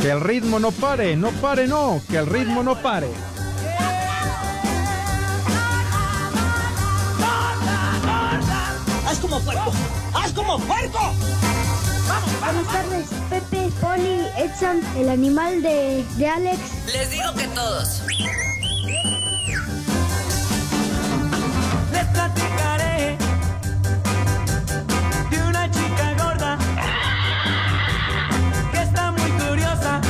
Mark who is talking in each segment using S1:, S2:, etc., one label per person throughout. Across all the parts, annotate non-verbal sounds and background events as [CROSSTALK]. S1: Que el ritmo no pare, no pare, no. Que el ritmo no pare.
S2: ¡Haz como puerco! ¡Haz como puerco! ¡Vamos,
S3: Buenas tardes, Pepe, Poli, Edson, el animal de, de Alex.
S4: Les digo que todos.
S2: Les platicaré de una chica gorda que está muy curiosa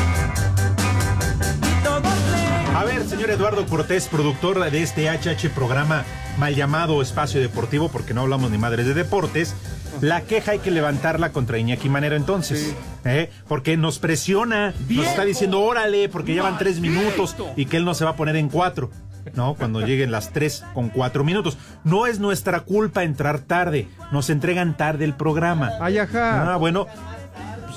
S2: y todos le...
S5: A ver, señor Eduardo Cortés, productor de este HH programa mal llamado Espacio Deportivo, porque no hablamos ni madres de deportes, la queja hay que levantarla contra Iñaki Manero entonces. ¿eh? Porque nos presiona, nos está diciendo órale, porque llevan tres minutos y que él no se va a poner en cuatro. ¿No?
S1: [LAUGHS]
S5: Cuando lleguen las tres con cuatro minutos. No es nuestra culpa entrar tarde. Nos entregan tarde el programa.
S1: Ay, ajá.
S5: Ah, bueno,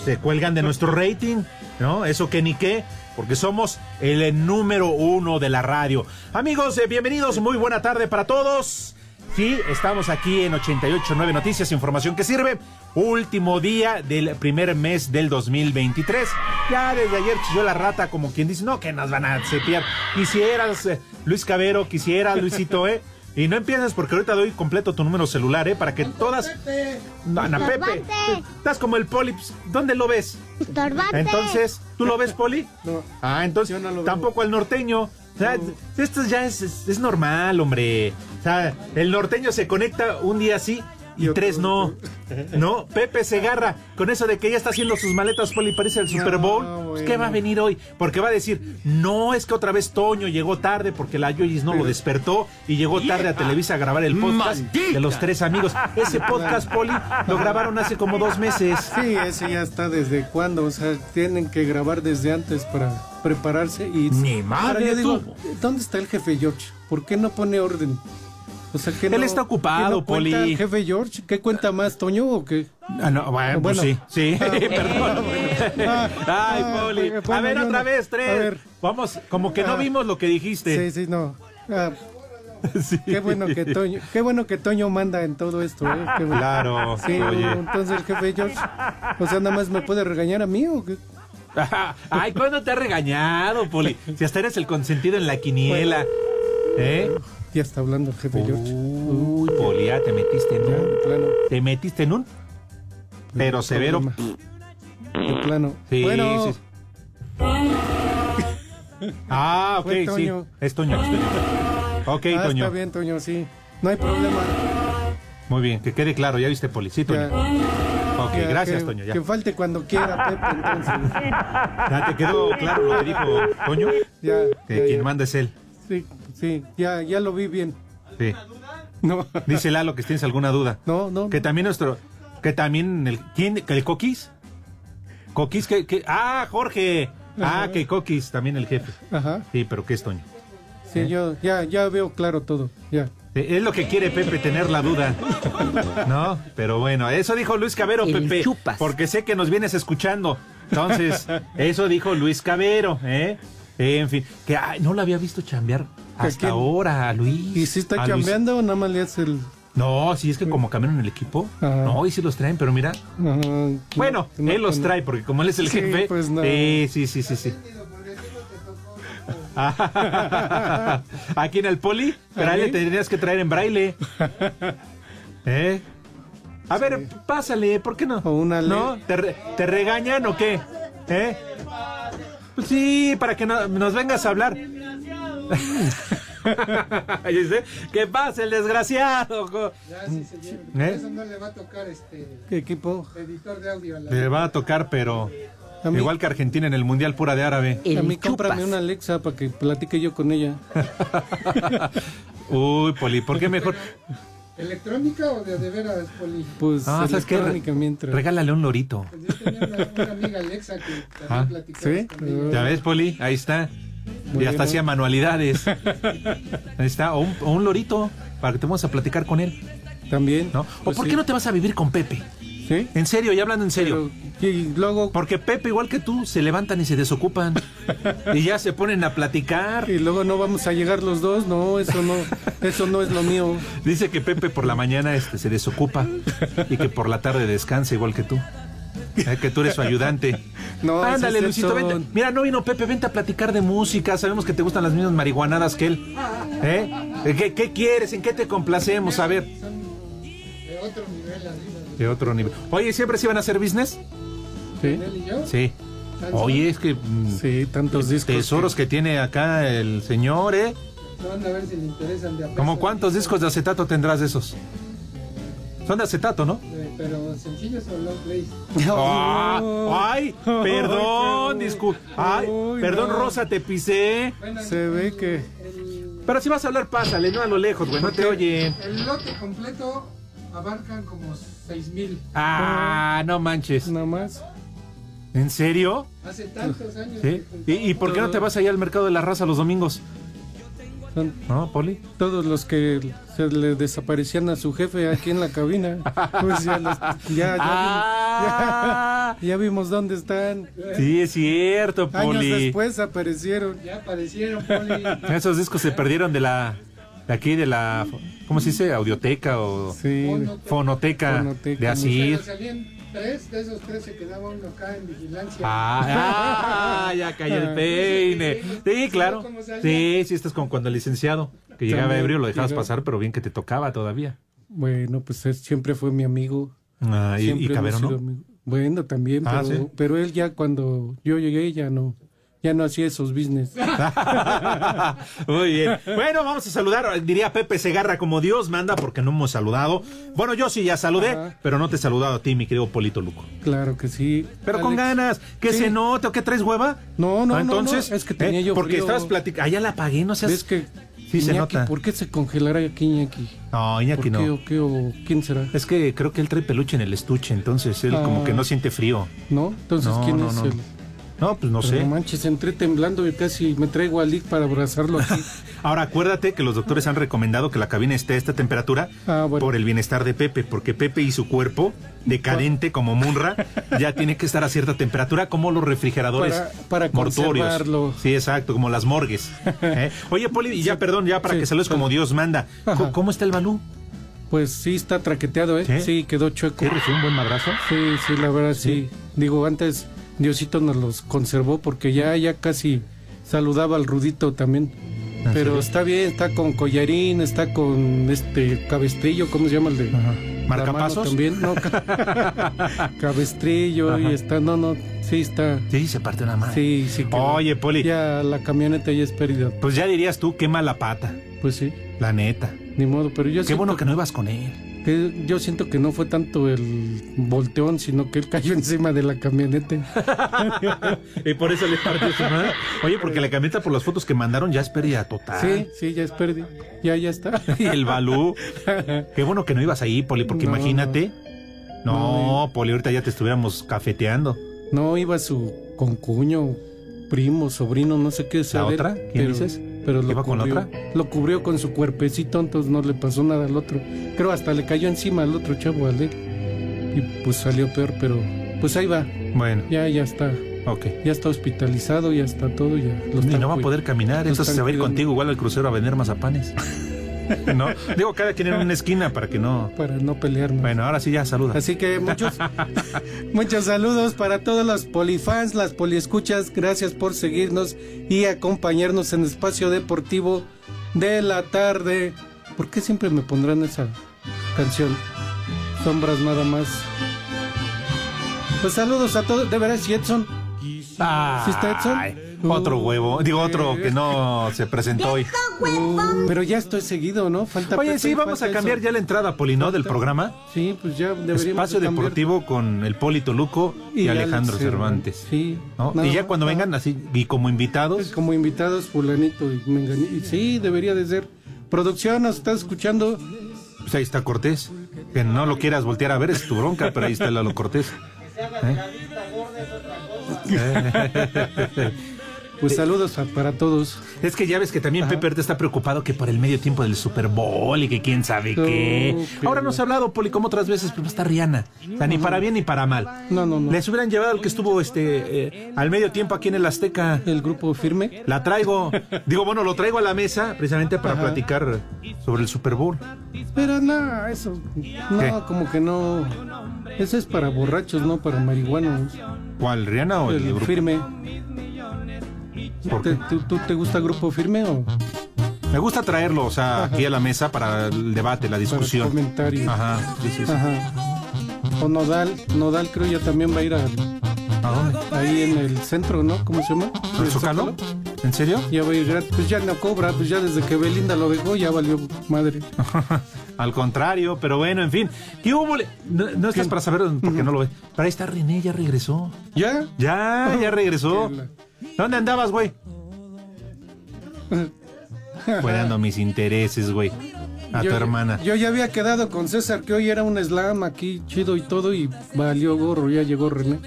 S5: se cuelgan de nuestro rating, ¿no? Eso que ni qué, porque somos el número uno de la radio. Amigos, eh, bienvenidos, muy buena tarde para todos. Sí, estamos aquí en 889 Noticias, información que sirve. Último día del primer mes del 2023. Ya desde ayer chilló la rata como quien dice, no, que nos van a cepillar. Quisieras, eh, Luis Cabero, quisiera, Luisito, ¿eh? Y no empieces porque ahorita doy completo tu número celular, ¿eh? Para que todas... No, Ana Pepe.
S3: Estorbante.
S5: Estás como el Polips. ¿Dónde lo ves?
S3: Estorbante.
S5: Entonces, ¿tú lo ves, Poli?
S1: No.
S5: Ah, entonces
S1: Yo no lo veo.
S5: tampoco el norteño. O sea, esto ya es, es, es normal, hombre. O sea, el norteño se conecta un día sí y,
S1: Y otro
S5: tres no. No, Pepe se agarra con eso de que ya está haciendo sus maletas, Poli, parece el Super
S1: No,
S5: Bowl. Pues, ¿Qué
S1: bueno.
S5: va a venir hoy? Porque va a decir, no, es que otra vez Toño llegó tarde porque la Yoyis no lo despertó y llegó tarde a Televisa a grabar el podcast de los tres amigos. Ese podcast, Poli, lo grabaron hace como dos meses.
S6: Sí, ese ya está desde cuándo, o sea, tienen que grabar desde antes para prepararse y...
S5: Ni madre
S6: Ahora yo digo,
S5: tuvo.
S6: ¿dónde está el jefe George? ¿Por qué no pone orden? O sea, que
S5: Él está ocupado,
S6: cuenta
S5: Poli.
S6: el jefe George? ¿Qué cuenta más, Toño o qué?
S5: Ah, no, bueno, pues
S6: Bueno.
S5: sí, sí, [LAUGHS]
S6: Ah, bueno.
S5: perdón.
S6: Ah,
S5: Ay,
S6: ah,
S5: Poli.
S6: bueno,
S5: a ver,
S6: yo
S5: otra
S6: no.
S5: vez, tres.
S6: A ver.
S5: Vamos, como que no
S6: Ah.
S5: vimos lo que dijiste.
S6: Sí, sí, no. Ah,
S5: Sí.
S6: qué bueno que Toño, qué bueno que Toño manda en todo esto, ¿eh? Qué bueno.
S5: Claro,
S6: Sí,
S5: oye.
S6: entonces el jefe George, o sea, nada más me puede regañar a mí o qué?
S5: [LAUGHS] Ay, ¿cuándo te ha regañado, Poli? Si hasta eres el consentido en la quiniela. ¿Eh?
S6: Ya está hablando el jefe George.
S5: Uy, Poli, ya te metiste en
S6: Ya,
S5: un.
S6: de plano.
S5: Te metiste en un. Pero severo.
S6: De plano.
S5: Sí,
S6: bueno,
S5: sí. Ah, ok,
S6: Fue
S5: sí.
S6: Toño.
S5: Es Toño. es Toño. Ok,
S6: ah,
S5: Toño.
S6: está bien, Toño, sí. No hay problema.
S5: Muy bien, que quede claro, ya viste, Poli. Sí, Toño.
S6: Ya,
S5: ok,
S6: ya,
S5: gracias,
S6: que,
S5: Toño. Ya.
S6: Que falte cuando quiera, Pepe, entonces.
S5: Ya te quedó claro lo que dijo Toño.
S6: Ya.
S5: Que
S6: ya,
S5: quien
S6: ya.
S5: manda es él.
S6: Sí, sí, ya, ya lo vi bien.
S5: Sí.
S6: No,
S5: Dice Lalo que si tienes alguna duda.
S6: no, no.
S5: Que también nuestro. Que también el. ¿Quién? ¿El Coquis? Coquis que, que- Ah, Jorge. Ah, que Coquis, también el jefe.
S6: Ajá.
S5: Sí, pero ¿qué es Toño?
S6: Sí,
S5: ¿Eh?
S6: yo ya, ya veo claro todo. Ya.
S5: Sí, Es lo que quiere Pepe, tener la duda. No, pero bueno, eso dijo Luis Cabero,
S4: El
S5: Pepe.
S4: chupas.
S5: Porque sé que nos vienes escuchando. Entonces, eso dijo Luis Cabero, ¿eh? En fin, que ay, no lo había visto chambear
S6: ¿Que
S5: hasta
S6: quién?
S5: ahora, a Luis.
S6: ¿Y si está
S5: A Luis.
S6: chambeando o nada más le hace el.
S5: No, sí, es que como cambiaron el equipo,
S6: Ajá.
S5: no, y sí los traen, pero mira.
S6: Ajá,
S5: Bueno,
S6: no,
S5: él los
S6: no.
S5: trae, porque como él es el
S6: Sí,
S5: jefe.
S6: pues no.
S5: Sí, sí, sí, sí, [LAUGHS] sí. Aquí en el poli, pero a él le tendrías que traer en
S6: [LAUGHS]
S5: braille. ¿Eh? A ver, pásale, ¿por qué no?
S6: O una ley.
S5: ¿No? ¿Te, re- te regañan o qué? ¿Eh? Pues Sí, para que no- nos vengas a hablar. [LAUGHS] Ahí dice, ¿Qué pasa, el desgraciado? co- ¿Eh?
S7: este,
S6: ¿Qué equipo?
S5: Le va a tocar, pero
S6: A mí-
S5: igual que Argentina en el Mundial pura de árabe.
S4: El
S6: a mí
S4: chupas.
S6: cómprame una Alexa para
S5: [LAUGHS]
S6: que platique yo con ella.
S5: Uy, Poli, ¿por qué mejor?
S7: ¿Electrónica o de, de veras, Poli?
S6: Pues
S5: Ah, ¿sabes qué?
S6: electrónica mientras.
S5: Regálale un lorito.
S7: Pues yo tenía una, una amiga Alexa que también
S5: Ah,
S7: platicabas
S6: ¿sí?
S7: con ella.
S5: ¿Ya ves, Poli? Ahí está. Y
S6: Muy
S5: hasta
S6: bien.
S5: hacía
S6: [LAUGHS]
S5: manualidades. Ahí está. O un, o un lorito para que te vamos a platicar con él.
S6: También.
S5: ¿no? ¿O
S6: Pues
S5: por qué
S6: sí.
S5: no te vas a vivir con Pepe?
S6: Sí.
S5: En serio, y hablando en serio.
S6: Pero, y luego,
S5: Porque Pepe, igual que tú, se levantan y se
S6: [LAUGHS]
S5: desocupan. y ya se ponen a platicar.
S6: y luego no vamos a llegar los dos, no, eso no, eso no es lo mío.
S5: Dice que Pepe por la mañana este, se desocupa y que por la tarde descansa igual que tú. Eh, Que tú eres su ayudante.
S6: No, ese
S5: Ándale,
S6: es el
S5: Luisito,
S6: son.
S5: vente. Mira, no vino Pepe, vente a platicar de música. Sabemos que te gustan las mismas marihuanadas que él. ¿Eh? ¿Qué, qué quieres? ¿En qué te complacemos? A ver.
S7: De otro nivel arriba.
S5: De otro nivel. Oye, ¿siempre se iban a hacer business?
S6: Sí,
S7: Él y yo.
S5: Sí. Oye, es que mm,
S6: sí tantos discos.
S5: tesoros que tiene acá el señor, ¿eh?
S7: Van a ver si le interesan de a
S5: ¿Cómo
S7: peso.
S5: cuántos discos de acetato tendrás de esos? Son de acetato, ¿no?
S7: Eh, pero sencillos o long
S6: [LAUGHS]
S7: plays.
S5: Ah,
S6: Oh.
S5: ¡Ay! Perdón, disculpa. Ay,
S6: Uy,
S5: perdón,
S6: no.
S5: Rosa, te pisé.
S7: Bueno,
S6: Se ve que
S5: Pero si vas a hablar, pásale, no a lo lejos, güey, no te oyen.
S7: el lote completo abarcan como 6000.
S5: Ah, no manches.
S6: nada más.
S5: ¿En serio?
S7: Hace tantos años.
S5: ¿Sí?
S7: que-
S5: ¿Y, y por qué no te vas allá al mercado de la raza los domingos?
S6: Son
S5: ¿No, Poli?
S6: todos los que se le desaparecían a su jefe aquí en
S5: [LAUGHS]
S6: la cabina. Pues ya, los- ya, ya,
S5: Ah,
S6: vimos, ya vimos dónde están.
S5: sí, es cierto,
S6: Años
S5: Poli.
S6: después aparecieron.
S7: Ya aparecieron, Poli.
S5: Esos discos se perdieron de la. de aquí, de la. ¿Cómo se dice? Audioteca o.
S6: Sí,
S7: Fono.
S5: Fonoteca,
S6: Fonoteca,
S5: de
S7: Pero
S5: Asir.
S7: salían tres, de esos tres se quedaba uno acá en vigilancia.
S5: Ah, ah,
S7: [LAUGHS]
S5: ya cayó el peine. Sí, claro. Sí, sí, estás como cuando el licenciado que llegaba
S6: También,
S5: ebrio lo dejabas
S6: llegaba.
S5: pasar, pero bien que te tocaba todavía.
S6: bueno, pues él siempre fue mi amigo.
S5: Ah, y,
S6: siempre
S5: y
S6: hemos
S5: Cabero,
S6: sido
S5: ¿no?
S6: amigo. Bueno, también,
S5: Ah,
S6: pero,
S5: ¿sí?
S6: pero él ya cuando yo llegué ya no, ya no hacía esos business.
S5: Muy bien. Bueno, vamos a saludar. Diría Pepe Segarra como Dios manda porque no hemos saludado. Bueno, yo sí ya saludé,
S6: Ajá.
S5: pero no te he saludado a ti, mi querido Polito Luco.
S6: Claro que sí.
S5: Pero con
S6: Alex.
S5: ganas, que
S6: Sí.
S5: se note o que traes hueva.
S6: No, no, no,
S5: Ah, entonces,
S6: no, es que tenía yo
S5: Porque
S6: frío.
S5: estabas platicando. Allá la apagué, no seas.
S6: Es que
S5: Sí se
S6: Iñaki,
S5: nota.
S6: ¿Por qué se congelará aquí Iñaki?
S5: No, Iñaki
S6: ¿Por qué
S5: no.
S6: o qué o quién será?
S5: Es que creo que él trae peluche en el estuche, entonces él como
S6: Ah.
S5: que no siente frío.
S6: ¿No? Entonces,
S5: No,
S6: ¿quién
S5: no,
S6: es
S5: no.
S6: él?
S5: No, pues no
S6: Pero
S5: sé.
S6: No manches, entré temblando y casi me traigo a Lick para abrazarlo
S5: [LAUGHS]
S6: aquí.
S5: Ahora acuérdate que los doctores han recomendado que la cabina esté a esta temperatura
S6: Ah, bueno.
S5: por el bienestar de Pepe, porque Pepe y su cuerpo, decadente como Munra,
S6: [LAUGHS]
S5: ya tiene que estar a cierta temperatura como los refrigeradores
S6: Para- para
S5: mortuorios.
S6: conservarlo.
S5: Sí, exacto, como las morgues.
S6: [LAUGHS]
S5: ¿eh? Oye, Poli, y ya perdón, ya para
S6: Sí,
S5: que saludes como Dios manda.
S6: Ajá.
S5: ¿Cómo, cómo está el Balú?
S6: Pues sí, está traqueteado, ¿eh?
S5: ¿Sí?
S6: Sí, quedó chueco.
S5: ¿Sí recibió un buen madrazo?
S6: Sí, sí, la verdad sí. Digo, antes Diosito nos los conservó porque ya, ya casi saludaba al Rudito también.
S5: Ah,
S6: Pero está bien, está con collarín, está con este cabestrillo, ¿cómo se llama el de? la mano
S5: ¿Marcapasos?
S6: También, no. ca-
S5: [LAUGHS]
S6: cabestrillo
S5: Ajá.
S6: y está, no, no, sí está.
S5: Sí, se partió una madre.
S6: Sí, sí. quedó.
S5: Oye, Poli,
S6: Ya la camioneta ya es pérdida.
S5: pues ya dirías tú, qué mala pata,
S6: Pues sí,
S5: la neta.
S6: ni modo, pero yo
S5: Qué bueno que no ibas con él.
S6: que- yo siento que no fue tanto el volteón, sino que él cayó [LAUGHS] encima de la camioneta.
S5: Ah. Y por eso le partió su madre. Oye, porque la camioneta por las fotos que mandaron ya es pérdida total.
S6: Sí, sí, ya es pérdida. Ya, ya está.
S5: [LAUGHS] Y el Balú. Qué bueno que no ibas ahí, Poli, porque
S6: No,
S5: imagínate. No,
S6: No,
S5: Poli, ahorita ya te estuviéramos cafeteando.
S6: No iba su concuño, primo, sobrino, no sé qué. sea de él,
S5: otra? ¿Quién
S6: pero-
S5: dices?
S6: Pero lo
S5: ¿Iba con la
S6: cubrió,
S5: otra?
S6: Lo cubrió con su cuerpecito, entonces no le pasó nada al otro. Creo hasta le cayó encima al otro chavo, al de él. Y pues salió peor, pero pues ahí va.
S5: Bueno,
S6: Ya, ya está.
S5: ok.
S6: Ya está hospitalizado, ya está todo, ya lo
S5: Y
S6: están
S5: no va a
S6: cuid-
S5: poder caminar,
S6: lo
S5: entonces
S6: están
S5: se va a ir
S6: cuidando.
S5: contigo igual al crucero a vender mazapanes.
S6: [LAUGHS]
S5: no, digo, cada quien en una esquina para que no.
S6: Para no pelearnos.
S5: Bueno, ahora sí ya saluda.
S6: Así que muchos, [LAUGHS] muchos saludos para todos los polifans, las poliescuchas. Gracias por seguirnos y acompañarnos en Espacio Deportivo de la Tarde. ¿Por qué siempre me pondrán esa canción? Sombras nada más. Pues saludos a todos. De veras, Jetson. ¿Sí está Edson?
S5: Ah. Ay, Otro
S6: Uh,
S5: huevo, digo
S6: eh.
S5: otro que no se presentó hoy.
S6: Pero ya estoy seguido, ¿no? Falta
S5: Oye,
S6: Pepe,
S5: sí, vamos
S6: falta
S5: a cambiar
S6: eso.
S5: ya la entrada, Poli, ¿no? Del programa.
S6: Sí, pues ya deberíamos.
S5: Espacio
S6: de cambiar.
S5: Deportivo con el Poli Toluco y,
S6: Y
S5: Alejandro
S6: Alex
S5: Cervantes.
S6: Cervantes. Sí.
S5: ¿no?
S6: Nada
S5: Y ya
S6: más,
S5: cuando
S6: nada
S5: vengan así y como
S6: Pues
S5: invitados,
S6: como invitados fulanito y menganito. Y sí, debería de ser. Producción, nos estás escuchando.
S5: Pues ahí está Cortés. Que no lo quieras voltear a ver es tu bronca, pero ahí está Lalo Cortés.
S6: ¿Eh? [LAUGHS] Pues saludos a- para todos.
S5: Eh. Es que ya ves que también Pepe Ortega está preocupado que por el medio tiempo del Super Bowl y que quién sabe
S6: No,
S5: qué.
S6: que
S5: Ahora
S6: no.
S5: nos ha hablado Poli como otras veces, pero está Rihanna. O sea, ni para bien ni para mal.
S6: No, no, no.
S5: Les hubieran llevado el que estuvo este eh, al medio tiempo aquí en el Azteca.
S6: El grupo firme.
S5: La traigo, digo, bueno, lo traigo a la mesa precisamente para
S6: Ajá.
S5: platicar sobre el Super Bowl.
S6: Pero no, eso. No,
S5: ¿Qué?
S6: como que no. Eso es para borrachos, no para marihuanos.
S5: ¿Cuál, Rihanna o el,
S6: El
S5: grupo?
S6: firme.
S5: ¿Por
S6: ¿Te-
S5: qué?
S6: tú, tú te gusta grupo firme o
S5: Me gusta traerlo, o sea, aquí a la mesa para el debate, la
S6: para el
S5: discusión.
S6: comentario?
S5: Ajá, sí, sí, sí.
S6: Ajá. O Nodal. Nodal creo yo también va a ir a-
S5: ¿A dónde?
S6: ahí en el centro, ¿no? ¿Cómo se llama?
S5: ¿Al Zócalo? ¿En serio?
S6: Ya va a ir gratis. Pues ya no cobra, pues ya desde que Belinda lo dejó ya valió madre.
S5: Al contrario, pero bueno, en fin. ¿Qué hubo? No, no estás para saber porque no lo ves. Pero ahí está René, ya regresó.
S6: ¿Ya?
S5: Ah, Ya,
S6: [LAUGHS]
S5: ya regresó. ¿Dónde andabas, güey? Fuereando mis intereses, güey. A tu
S6: Yo-
S5: hermana.
S6: Yo ya había quedado con César, que hoy era un slam aquí chido y todo, y valió gorro, ya llegó René.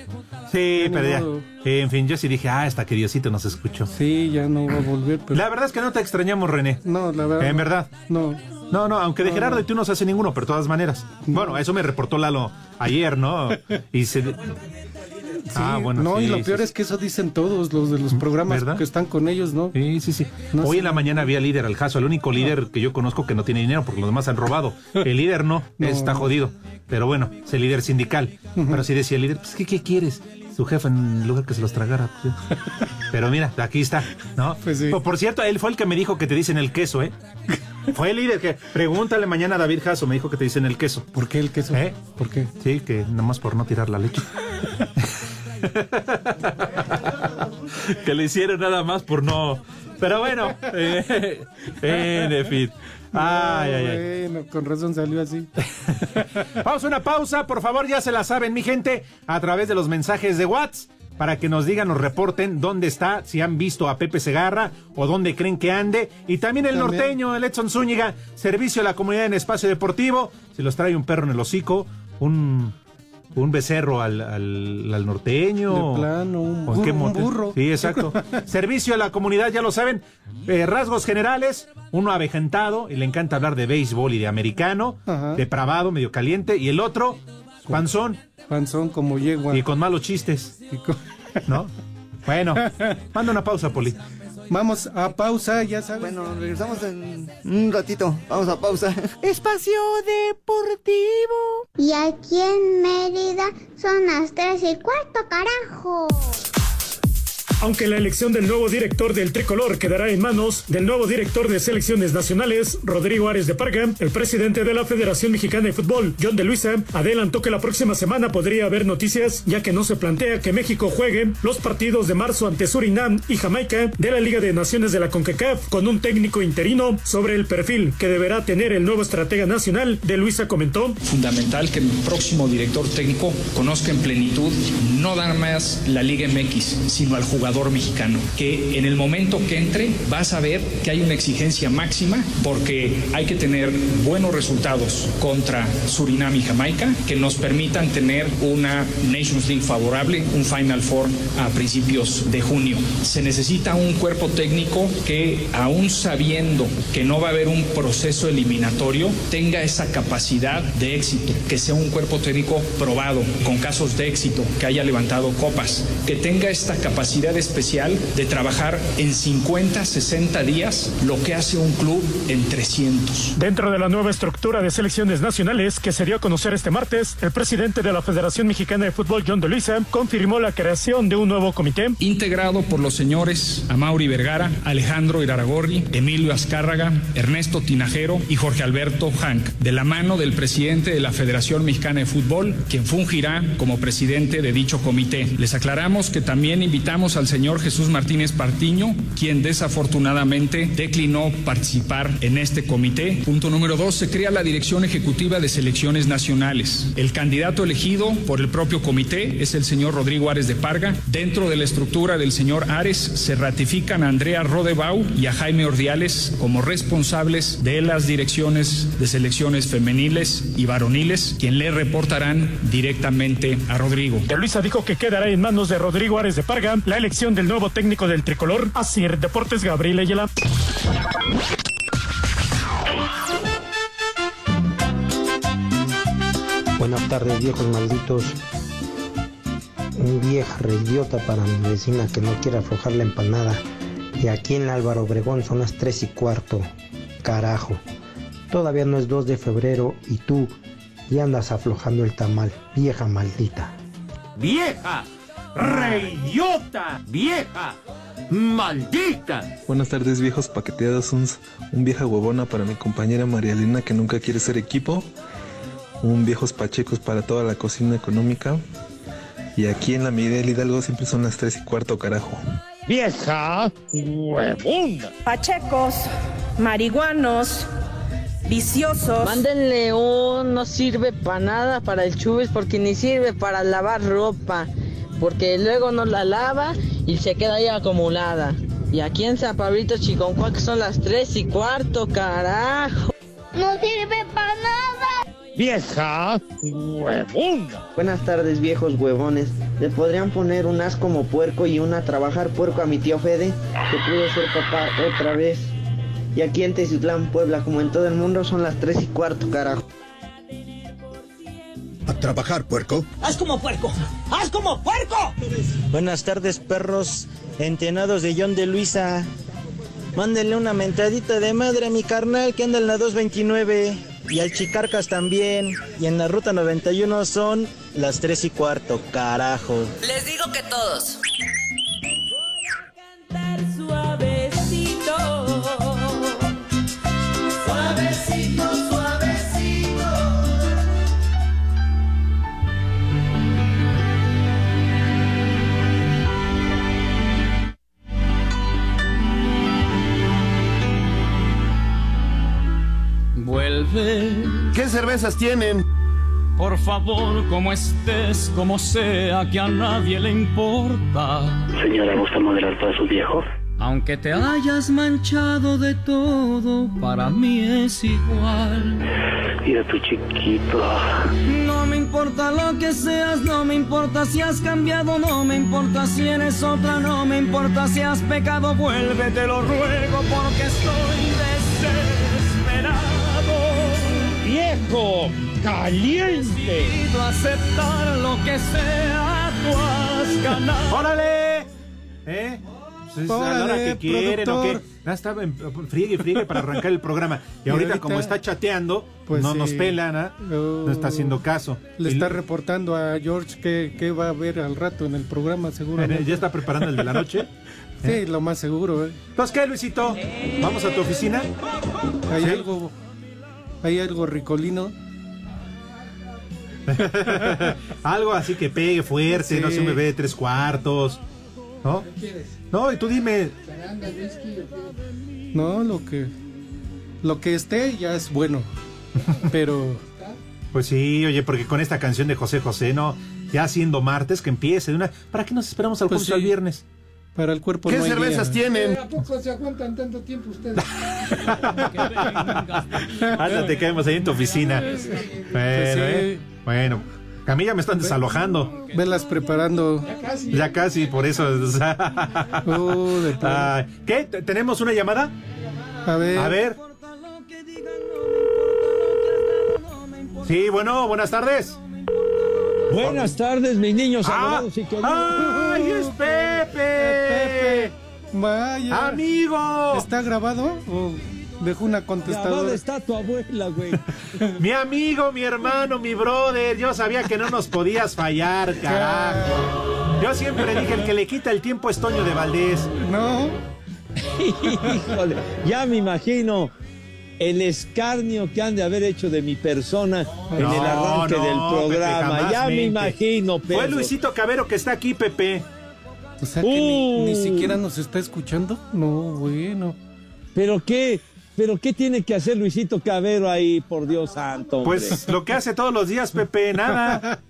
S5: Sí,
S6: ni
S5: pero ya.
S6: modo.
S5: Eh, En fin, yo sí dije, ah, hasta que Diosito nos escuchó.
S6: Sí, ya no va a volver, pero.
S5: La verdad es que no te extrañamos, René.
S6: No, la verdad.
S5: En
S6: no.
S5: verdad.
S6: No.
S5: No, no, aunque de Gerardo y tú no se hace ninguno, pero de todas maneras. Bueno, eso me reportó Lalo ayer, ¿no? Y se...
S6: Sí,
S5: Ah, bueno,
S6: No,
S5: sí,
S6: y lo
S5: sí,
S6: peor
S5: sí. Mm,
S6: es que eso dicen todos los de los programas
S5: ¿Verdad?
S6: que están con ellos, ¿no?
S5: Sí, sí, sí.
S6: No
S5: Hoy
S6: sé.
S5: en la mañana había líder al caso, el único líder que yo conozco que no tiene dinero porque los demás han robado. El líder no,
S6: [LAUGHS] No.
S5: está jodido. Pero bueno, es el líder sindical. Pero sí decía el líder, pues, ¿qué, qué quieres? Su jefe en lugar que se los tragara. pues,
S6: [LAUGHS]
S5: sí. Pero mira, aquí está, ¿no?
S6: Pues sí.
S5: Por- Por cierto, él fue el que me dijo que te dicen el queso, ¿eh? Fue el líder que, pregúntale mañana a David Jasso, me dijo que te dicen el queso.
S6: ¿Por qué el queso?
S5: ¿Eh?
S6: ¿Por qué?
S5: Sí, que nada más por no tirar la leche. que le hicieron nada más por no. Pero
S6: [LAUGHS]
S5: bueno, [LAUGHS] eh, en fin. Ay,
S6: Ah,
S5: ay, ay.
S6: Bueno, con razón salió así.
S5: Vamos a una pausa, por favor, ya se la saben, mi gente, a través de los mensajes de WhatsApp. Para que nos digan, nos reporten dónde está, si han visto a Pepe Segarra o dónde creen que ande. Y también el
S6: También.
S5: norteño, el Edson Zúñiga, servicio a la comunidad en espacio deportivo. Si los trae un perro en el hocico, un, un becerro al, al- al norteño.
S6: De plano, un
S5: ¿O en qué
S6: burro, un
S5: monte-
S6: burro.
S5: Sí,
S6: [LAUGHS]
S5: exacto. Servicio a la comunidad, ya lo saben. eh, rasgos generales, uno avejentado y le encanta hablar de béisbol y de americano,
S6: Ajá.
S5: depravado, medio caliente, y el otro, panzón
S6: Panzón como yegua.
S5: y con malos chistes,
S6: Y con-
S5: [LAUGHS] ¿no? Bueno, manda una pausa, Poli.
S6: Vamos a pausa, ya sabes.
S8: Bueno, regresamos en un ratito. Vamos a pausa.
S2: Espacio Deportivo.
S3: Y aquí en Mérida son las tres y cuarto, carajo.
S9: Aunque la elección del nuevo director del tricolor quedará en manos del nuevo director de selecciones nacionales, Rodrigo Ares de Parga, el presidente de la Federación Mexicana de Fútbol, John de Luisa, adelantó que la próxima semana podría haber noticias, ya que no se plantea que México juegue los partidos de marzo ante Surinam y Jamaica de la Liga de Naciones de la CONCACAF con un técnico interino sobre el perfil que deberá tener el nuevo estratega nacional. De Luisa comentó.
S2: Fundamental que el próximo director técnico conozca en plenitud no dar más la Liga MX, sino al jugador mexicano. Que en el momento que entre va a saber que hay una exigencia máxima porque hay que tener buenos resultados contra Surinam y Jamaica que nos permitan tener una Nations League favorable, un Final Four a principios de junio. Se necesita un cuerpo técnico que, aún sabiendo que no va a haber un proceso eliminatorio, tenga esa capacidad de éxito, que sea un cuerpo técnico probado, con casos de éxito, que haya levantado copas, que tenga esta capacidad especial de trabajar en 50, 60 días lo que hace un club en 300.
S9: Dentro de la nueva estructura de selecciones nacionales que se dio a conocer este martes, el presidente de la Federación Mexicana de Fútbol, John de Luisa, confirmó la creación de un nuevo comité.
S2: integrado por los señores Amauri Vergara, Alejandro Iraragorri, Emilio Azcárraga, Ernesto Tinajero y Jorge Alberto Hank, de la mano del presidente de la Federación Mexicana de Fútbol, quien fungirá como presidente de dicho comité. Les aclaramos que también invitamos al señor Jesús Martínez Partiño, quien desafortunadamente declinó participar en este comité. Punto número dos, se crea la Dirección Ejecutiva de Selecciones Nacionales. El candidato elegido por el propio comité es el señor Rodrigo Ares de Parga. Dentro de la estructura del señor Ares se ratifican a Andrea Rodebau y a Jaime Ordiales como responsables de las direcciones de selecciones femeniles y varoniles, quien le reportarán directamente a Rodrigo.
S9: De Luisa dijo que quedará en manos de Rodrigo Ares de Parga la elección del nuevo técnico del tricolor, Asir Deportes Gabriel Ayala.
S10: Buenas tardes, viejos malditos. Un viejo idiota para mi vecina que no quiere aflojar la empanada. Y aquí en Álvaro Obregón son las 3 y cuarto. Carajo. Todavía no es 2 de febrero y tú ya andas aflojando el tamal, vieja maldita.
S11: ¡Vieja! ¡Reyota! ¡Vieja! ¡Maldita!
S12: Buenas tardes, viejos paqueteados. Un, un vieja huevona para mi compañera María Elena que nunca quiere ser equipo. Un viejos pachecos para toda la cocina económica. Y aquí en la Miguel Hidalgo siempre son las 3 y cuarto, carajo.
S11: ¡Vieja! ¡Huevona!
S13: Pachecos, marihuanos, viciosos.
S14: Mándenle un no sirve para nada para el chubes porque ni sirve para lavar ropa. Porque luego no la lava y se queda ahí acumulada. Y aquí en San Pablito Chiconcuac son las 3 y cuarto, carajo.
S15: No sirve para nada.
S11: ¡Vieja! ¡Huevona!
S16: Buenas tardes, viejos huevones. ¿Le podrían poner un as como puerco y una trabajar puerco a mi tío Fede? Que pudo ser papá otra vez. Y aquí en Teziutlán, Puebla, como en todo el mundo, son las 3 y cuarto, carajo.
S17: A trabajar, puerco.
S18: ¡Haz como puerco! ¡Haz como puerco!
S19: Buenas tardes, perros entrenados de John de Luisa. Mándenle una mentadita de madre a mi carnal que anda en la 229. Y al Chicarcas también. Y en la ruta 91 son las 3 y cuarto, carajo.
S4: Les digo que todos.
S20: ¿Qué cervezas tienen?
S21: Por favor, como estés, como sea, que a nadie le importa.
S22: Señora, ¿gusta moderar para su viejo?
S21: Aunque te hayas manchado de todo, para mí es igual.
S22: Mira tu chiquito.
S21: No me importa lo que seas, no me importa si has cambiado, no me importa si eres otra, no me importa si has pecado, vuelve, te lo ruego porque estoy desesperado
S11: viejo caliente.
S21: aceptar lo que sea, tú has ganado.
S5: ¡Órale! ¿Eh? Pues
S6: Órale,
S5: a la hora que quieren o qué.
S6: productor.
S5: Ya estaba en friegue y friegue para arrancar el
S6: [LAUGHS]
S5: programa. Y
S6: Y
S5: ahorita,
S6: ahorita-
S5: como está chateando,
S6: Pues
S5: no nos
S6: sí.
S5: pelan, ¿ah? No está haciendo caso.
S6: Le
S5: Y-
S6: está reportando a George que, que va a ver al rato en el programa, seguramente.
S5: ¿Ya está preparando el de la noche?
S6: Sí, lo más seguro. ¿eh?
S5: Entonces, ¿qué, Luisito? ¿Vamos a tu oficina?
S6: Hay
S5: Sí.
S6: algo. Hay algo ricolino.
S5: [LAUGHS] Algo así que pegue fuerte,
S6: Sí.
S5: no sé, un bebé de tres cuartos. ¿No? No, y tú dime.
S7: ¿Charanda, whisky o qué?
S6: No, lo que. Lo que esté ya
S5: [LAUGHS]
S6: es bueno. Pero.
S5: Pues sí, oye, porque con esta canción de José José, ¿no? Ya siendo martes, que empiece de una. ¿Para qué nos esperamos al
S6: Pues
S5: jueves
S6: sí.
S5: o al viernes?
S6: Para el cuerpo
S5: ¿Qué
S6: no hay
S5: cervezas
S6: día.
S5: tienen?
S7: ¿A poco se aguantan tanto tiempo ustedes?
S5: [LAUGHS] Ándate, caemos ahí en tu oficina. Bueno, ¿eh? Bueno. A mí ya me están desalojando.
S6: Velas preparando.
S5: Ya casi, por eso. [LAUGHS] o sea. Ay, ¿Qué? ¿Te- ¿Tenemos una llamada?
S6: Uh, A ver.
S5: A ver. Sí, bueno, buenas tardes.
S23: Buenas tardes, mis niños adorados y queridos.
S5: Ah,
S23: [LAUGHS]
S5: ¡Ay, es Pepe!
S6: Vaya.
S5: ¡Amigo!
S6: ¿Está grabado? ¿O dejó una
S23: Grabada
S6: contestadora?
S23: está tu abuela, güey.
S5: Mi amigo, mi hermano, mi brother, yo sabía que no nos podías fallar, carajo. Yo siempre dije, el que le quita el tiempo es Toño de Valdés. [LAUGHS]
S6: No.
S23: Híjole, ya me imagino el escarnio que han de haber hecho de mi persona en
S5: No,
S23: el arranque
S5: no,
S23: del
S5: Pepe,
S23: programa.
S5: jamás
S23: ya me
S5: mente.
S23: imagino,
S5: Fue
S23: Pedro.
S5: Luisito Cabero que está aquí, Pepe.
S6: O sea que
S23: Uh.
S6: ni, ni siquiera nos está escuchando. No, bueno.
S23: ¿Pero qué? ¿Pero qué tiene que hacer Luisito Cabero ahí, por Dios santo? hombre?
S5: Pues lo que hace todos los días, Pepe,
S23: [LAUGHS]
S5: nada.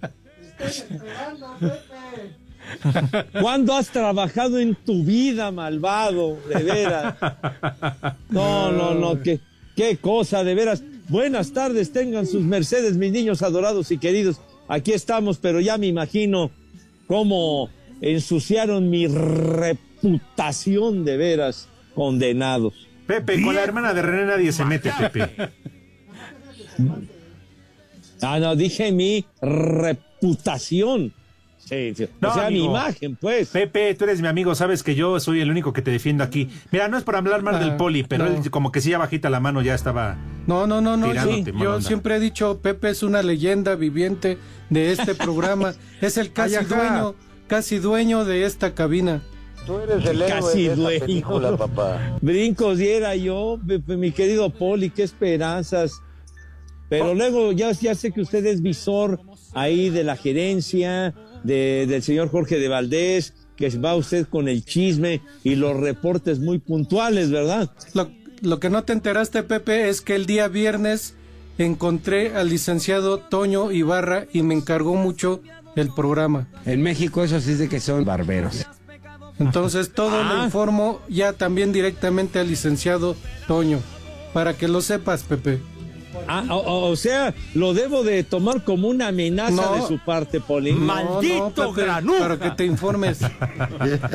S23: ¿Cuándo has trabajado en tu vida, malvado? De veras. No, no, no, qué, qué cosa, de veras. Buenas tardes, tengan sus mercedes, mis niños adorados y queridos. Aquí estamos, pero ya me imagino cómo ensuciaron mi reputación de veras, condenados.
S5: Pepe, con la hermana de René nadie se mete, Pepe.
S23: Ah, no, dije mi reputación. Sí, sí.
S5: No,
S23: o sea, mi
S5: amigo.
S23: imagen, pues.
S5: Pepe, tú eres mi amigo, sabes que yo soy el único que te defiendo aquí. Mira, no es por hablar mal del
S6: Ah,
S5: poli, pero
S6: no.
S5: él como que sí ya bajita la mano ya estaba.
S6: No, no, no, no.
S5: Tirándote,
S6: sí.
S5: mala
S6: Yo
S5: onda.
S6: siempre he dicho, Pepe es una leyenda viviente de
S24: [LAUGHS]
S6: este programa. es el casi
S24: Ay, ajá.
S6: dueño, casi dueño de esta cabina.
S24: Tú eres el héroe
S23: Casi
S24: de esa
S23: dueño.
S24: película, papá.
S23: Brincos diera yo, Pepe, mi querido Poli, qué esperanzas. Pero luego ya, ya sé que usted es visor ahí de la gerencia, de- del señor Jorge de Valdés, que va usted con el chisme y los reportes muy puntuales, ¿verdad?
S6: Lo, lo que no te enteraste, Pepe, es que el día viernes encontré al licenciado Toño Ibarra y me encargó mucho el programa.
S25: En México eso sí es de que son barberos.
S6: Entonces
S23: Ah.
S6: todo lo informo ya también directamente al licenciado Toño. Para que lo sepas, Pepe.
S23: Ah, o- o, o sea, lo debo de tomar como una amenaza
S6: No.
S23: de su parte, Poli.
S6: No, no, Pepe, Para que te informes.
S5: Bueno.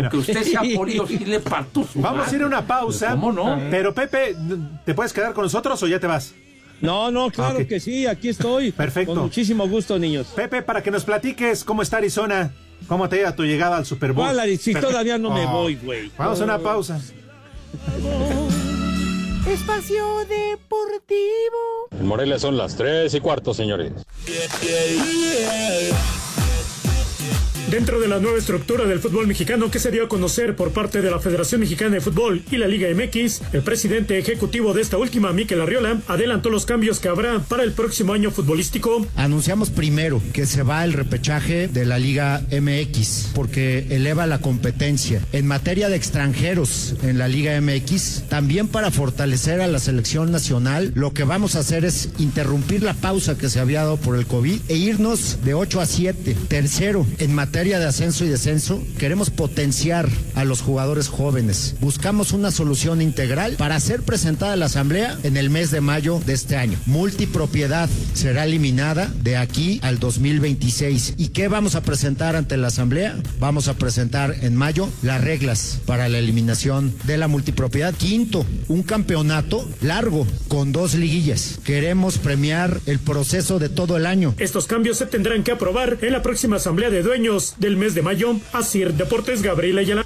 S1: Aunque usted sea poli,
S5: [LAUGHS]
S1: yo sí le parto su
S5: Vamos a ir a una
S1: madre.
S5: pausa.
S1: ¿Cómo no?
S5: Pero Pepe, ¿te puedes quedar con nosotros o ya te vas?
S23: No, no,
S5: claro que
S23: sí, aquí estoy.
S5: Perfecto.
S23: Con muchísimo gusto, niños.
S5: Pepe, para que nos platiques cómo está Arizona, cómo te ha ido tu llegada al Super Bowl.
S23: ¿Cuál, Ari? Si
S5: Perfecto.
S23: todavía no me
S5: Oh.
S23: voy, güey.
S5: Vamos a una pausa.
S25: Espacio Deportivo.
S8: En Morelia son las 3 y cuarto, señores.
S9: Dentro de la nueva estructura del fútbol mexicano que se dio a conocer por parte de la Federación Mexicana de Fútbol y la Liga MX, el presidente ejecutivo de esta última, Miquel Arriola, adelantó los cambios que habrá para el próximo año futbolístico.
S17: Anunciamos primero que se va el repechaje de la Liga MX porque eleva la competencia. En materia de extranjeros en la Liga MX, también para fortalecer a la selección nacional, lo que vamos a hacer es interrumpir la pausa que se había dado por el COVID e irnos de 8 a 7. Tercero, en materia de ascenso y descenso, queremos potenciar a los jugadores jóvenes. Buscamos una solución integral para ser presentada a la Asamblea en el mes de mayo de este año. Multipropiedad será eliminada de aquí al 2026. ¿Y qué vamos a presentar ante la Asamblea? Vamos a presentar en mayo las reglas para la eliminación de la multipropiedad. Quinto, un campeonato largo con dos liguillas. Queremos premiar el proceso de todo el año.
S9: Estos cambios se tendrán que aprobar en la próxima asamblea de dueños del mes de mayo. Asir Deportes, Gabriela Ayala.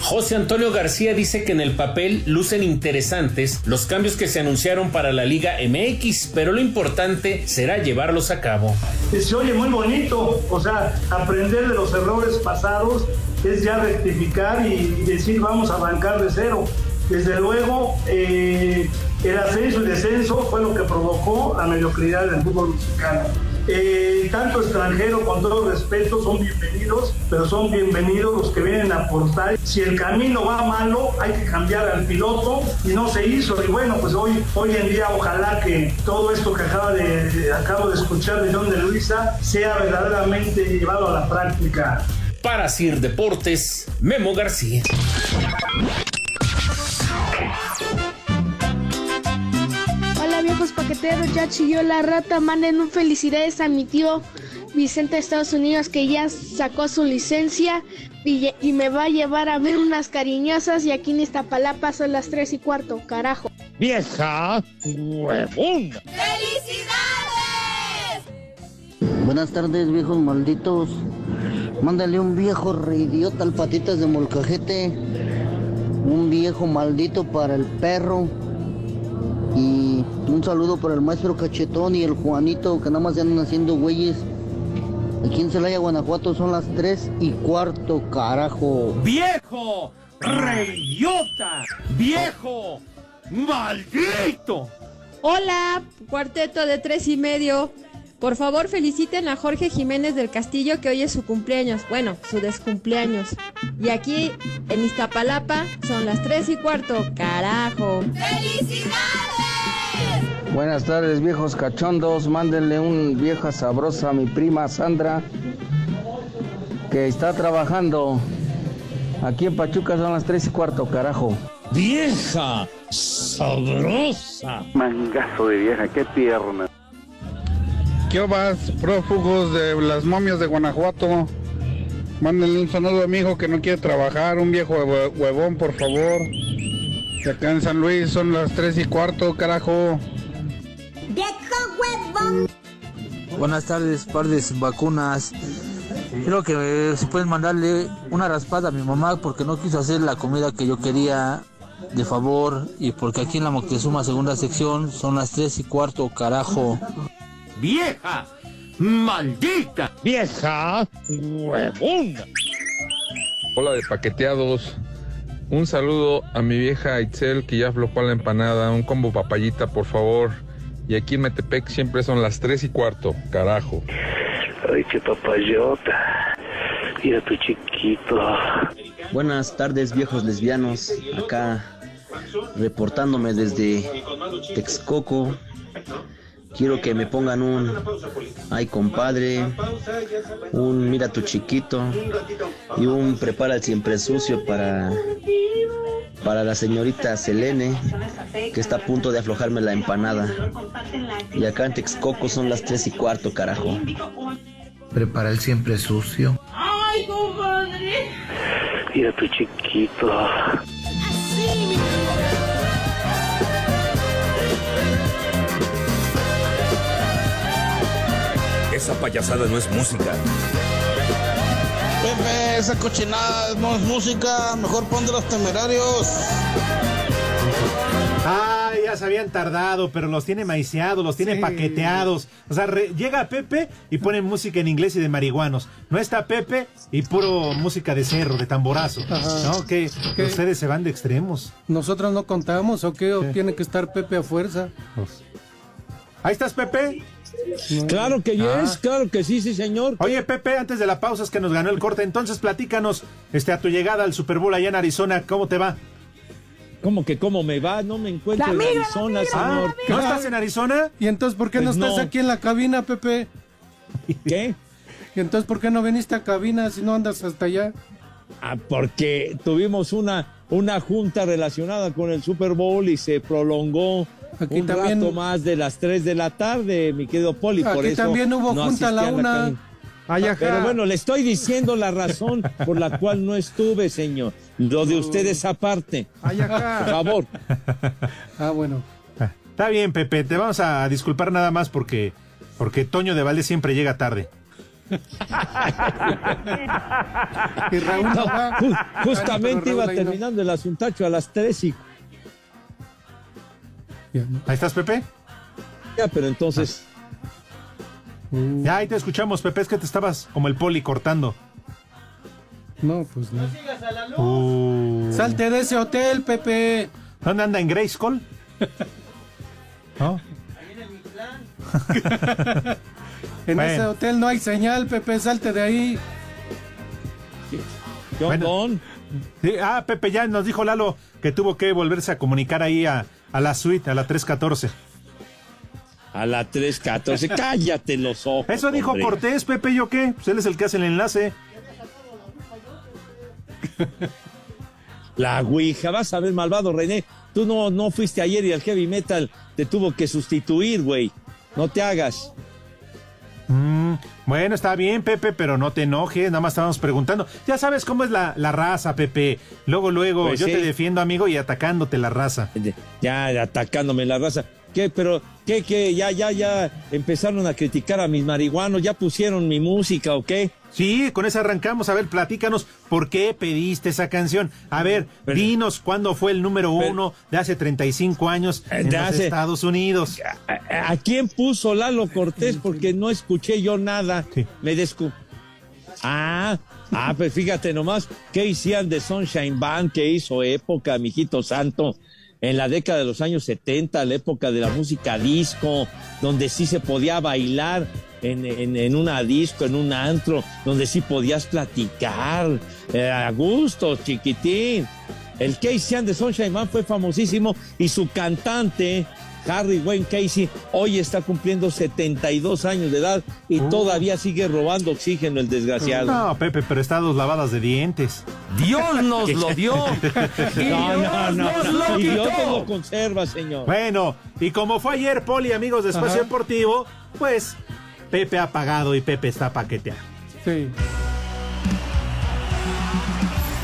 S26: José Antonio García dice que en el papel lucen interesantes los cambios que se anunciaron para la Liga MX, pero lo importante será llevarlos a cabo.
S27: se oye muy bonito, o sea, aprender de los errores pasados es ya rectificar y decir vamos a arrancar de cero. Desde luego, eh, el ascenso y descenso fue lo que provocó la mediocridad del fútbol mexicano. Eh, tanto extranjero, con todo respeto, son bienvenidos, pero son bienvenidos los que vienen a aportar. Si el camino va malo, hay que cambiar al piloto y no se hizo. Y bueno, pues hoy, hoy en día ojalá que todo esto que acaba de, de- acabo de escuchar de John de Luisa sea verdaderamente llevado a la práctica.
S26: Para Sir Deportes, Memo García.
S15: Hola viejos paqueteros, ya chilló la rata, manden un felicidades a mi tío Vicente de Estados Unidos que ya sacó su licencia y, lle- y me va a llevar a ver unas cariñosas y aquí en Iztapalapa son las 3 y cuarto, carajo.
S11: Vieja huevona.
S28: Buenas tardes, viejos malditos. Mándale un viejo reidiota al patitas de molcajete. Un viejo maldito para el perro. Y un saludo para el maestro Cachetón y el Juanito, que nada más se andan haciendo güeyes. Aquí en Celaya, Guanajuato, son las 3 y cuarto, carajo.
S11: Viejo reyota. Viejo maldito.
S26: Hola, cuarteto de tres y medio.
S2: Por favor, feliciten a Jorge Jiménez del Castillo que hoy es su cumpleaños. Bueno, su descumpleaños. Y aquí en Iztapalapa son las 3 y cuarto. ¡Carajo!
S3: Buenas tardes, viejos cachondos. Mándenle un vieja sabrosa a mi prima Sandra, que está trabajando. Aquí en Pachuca son las tres y cuarto, carajo.
S26: ¡Vieja! ¡Sabrosa!
S22: Mangazo de vieja, qué pierna.
S10: ¿Qué obas, prófugos de las momias de Guanajuato? Mándenle un saludo a mi hijo que no quiere trabajar, un viejo hue- huevón, por favor. Y acá en San Luis son las tres y cuarto, carajo.
S12: Buenas tardes, par de vacunas. Creo que eh, si pueden mandarle una raspada a mi mamá porque no quiso hacer la comida que yo quería, de favor, y porque aquí en la Moctezuma segunda sección son las tres y cuarto, carajo.
S11: vieja, maldita, vieja, huevona.
S13: Hola de paqueteados. Un saludo a mi vieja Itzel que ya aflojó la empanada. Un combo papayita, por favor. Y aquí en Metepec siempre son las 3 y cuarto. Carajo.
S22: Ay, qué papayota. Mira tu chiquito.
S14: Buenas tardes, viejos lesbianos. Acá reportándome desde Texcoco. Quiero que me pongan un ay compadre, un mira tu chiquito y un prepara el siempre sucio para para la señorita Selene que está a punto de aflojarme la empanada. Y acá en Texcoco son las tres y cuarto, carajo.
S16: Prepara el siempre sucio.
S18: ¡Ay, compadre!
S22: Mira tu chiquito.
S29: Esa payasada no es música.
S30: Pepe, esa cochinada no es música, mejor pon de los temerarios.
S5: Ah, ya se habían tardado, pero los tiene maiciados, los tiene paqueteados. O sea, re- llega Pepe y pone música en inglés y de marihuanos. No está Pepe y puro música de cerro, de tamborazo. ¿No? Que que ustedes se van de extremos.
S6: ¿Nosotros no contamos o qué? ¿O tiene que estar Pepe a fuerza?
S5: Pues, Ahí estás, Pepe.
S23: Claro que yes,
S5: claro que sí, sí, señor. Oye, Pepe, antes de la pausa es que nos ganó el corte, entonces platícanos este, a tu llegada al Super Bowl allá en Arizona, ¿cómo te va?
S23: ¿Cómo que cómo me va? No me encuentro
S5: La
S23: en
S5: migra, la
S23: Arizona,
S5: migra, la
S23: señor.
S5: migra. Ah, ¿No estás en Arizona?
S6: ¿Y entonces por qué no
S23: Pues
S6: estás
S23: no.
S6: aquí en la cabina, Pepe?
S23: ¿Qué?
S6: ¿Y entonces por qué no viniste a cabina si no andas hasta allá?
S23: Ah, porque tuvimos una, una junta relacionada con el Super Bowl y se prolongó
S6: Aquí
S23: un
S6: también-
S23: rato más de las 3 de la tarde, mi querido Poli. por
S6: Aquí
S23: eso
S6: también hubo
S23: no
S6: junta a la
S23: asistí
S6: una.
S23: cabina. Ah, Pero bueno, le estoy diciendo la razón por la cual no estuve, señor. Lo de ustedes aparte.
S6: ajá.
S23: Por favor.
S6: Ah, bueno.
S5: Está bien, Pepe, te vamos a disculpar nada más porque, porque Toño de Valde siempre llega tarde.
S6: Y Raúl
S23: No,
S6: Nava.
S23: ju-
S6: Ah, no,
S23: justamente
S6: pero
S23: iba
S6: Raúl ahí no.
S23: terminando el asuntacho a las 3 y
S5: Ahí estás, Pepe.
S23: Ya, pero entonces.
S6: Ah.
S5: Ya, ahí te escuchamos, Pepe, es que te estabas como el poli cortando.
S6: No, pues no.
S5: Uh.
S6: Salte de ese hotel, Pepe.
S5: ¿Dónde anda en Grace Call? ¿No?
S6: [LAUGHS] En
S5: Bueno.
S6: ese hotel no hay señal, Pepe, salte de ahí.
S5: Bueno. Sí, ah, Pepe, ya nos dijo Lalo que tuvo que volverse a comunicar ahí a, a la suite, a la 314.
S23: A la 314. Cállate los ojos.
S5: Eso dijo
S23: hombre.
S5: Cortés, Pepe, ¿yo qué? Pues él es el que hace el enlace.
S23: La Ouija. Vas a ver, malvado René. Tú no, no fuiste ayer y el heavy metal te tuvo que sustituir, güey. No te hagas.
S5: Mm, bueno, está bien, Pepe, pero no te enojes, nada más estábamos preguntando. Ya sabes cómo es la, la raza, Pepe. Luego, luego,
S23: Pues
S5: yo
S23: sí.
S5: te defiendo, amigo, y atacándote la raza.
S23: Ya atacándome la raza. ¿Qué? Pero, ¿qué? ¿Qué? Ya, ya, ya empezaron a criticar a mis marihuanos. ¿Ya pusieron mi música o qué?
S5: Sí, con esa arrancamos. A ver, platícanos por qué pediste esa canción. A ver, dinos cuándo fue el número uno de hace 35 años en
S23: Eh, de
S5: los
S23: hace-
S5: Estados Unidos.
S23: ¿A quién puso Lalo Cortés? Porque no escuché yo nada. Me descu... Ah, ah, pues fíjate nomás, ¿qué hicieron de Sunshine Band que hizo época, mijito santo? En la década de los años 70, la época de la música disco, donde sí se podía bailar, en, en, en una disco, en un antro, donde sí podías platicar eh, a gusto, chiquitín. El Casey and the Sunshine Man fue famosísimo y su cantante, Harry Wayne Casey, hoy está cumpliendo 72 años de edad y todavía sigue robando oxígeno el desgraciado.
S5: No, Pepe, pero está a dos lavadas de dientes.
S23: Dios nos lo
S5: [LAUGHS]
S23: dio.
S5: Y
S23: [LAUGHS] no, no,
S5: Dios
S23: no.
S5: nos lo
S23: y Dios
S5: quitó.
S23: te lo conserva, señor.
S5: Bueno, y como fue ayer, Poli, amigos de Espacio
S23: Ajá.
S5: Deportivo, pues Pepe ha pagado y Pepe está paqueteando.
S6: Sí.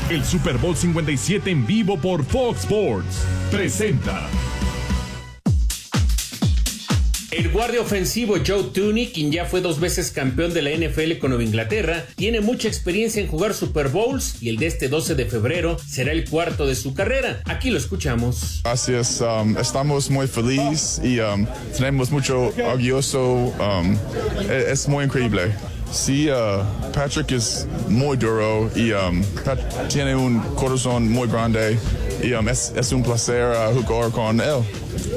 S24: El Super Bowl 57 en vivo por Fox Sports presenta
S26: El guardia ofensivo Joe Tooney, quien ya fue dos veces campeón de la NFL con Nueva Inglaterra, tiene mucha experiencia en jugar Super Bowls y el de este 12 de febrero será el cuarto de su carrera. Aquí lo escuchamos.
S25: Así es, um, estamos muy felices y um, tenemos mucho orgulloso. um, e- es muy increíble. Sí, uh, Patrick es muy duro y um, Pat- tiene un corazón muy grande y um, es, es un placer uh, jugar con él.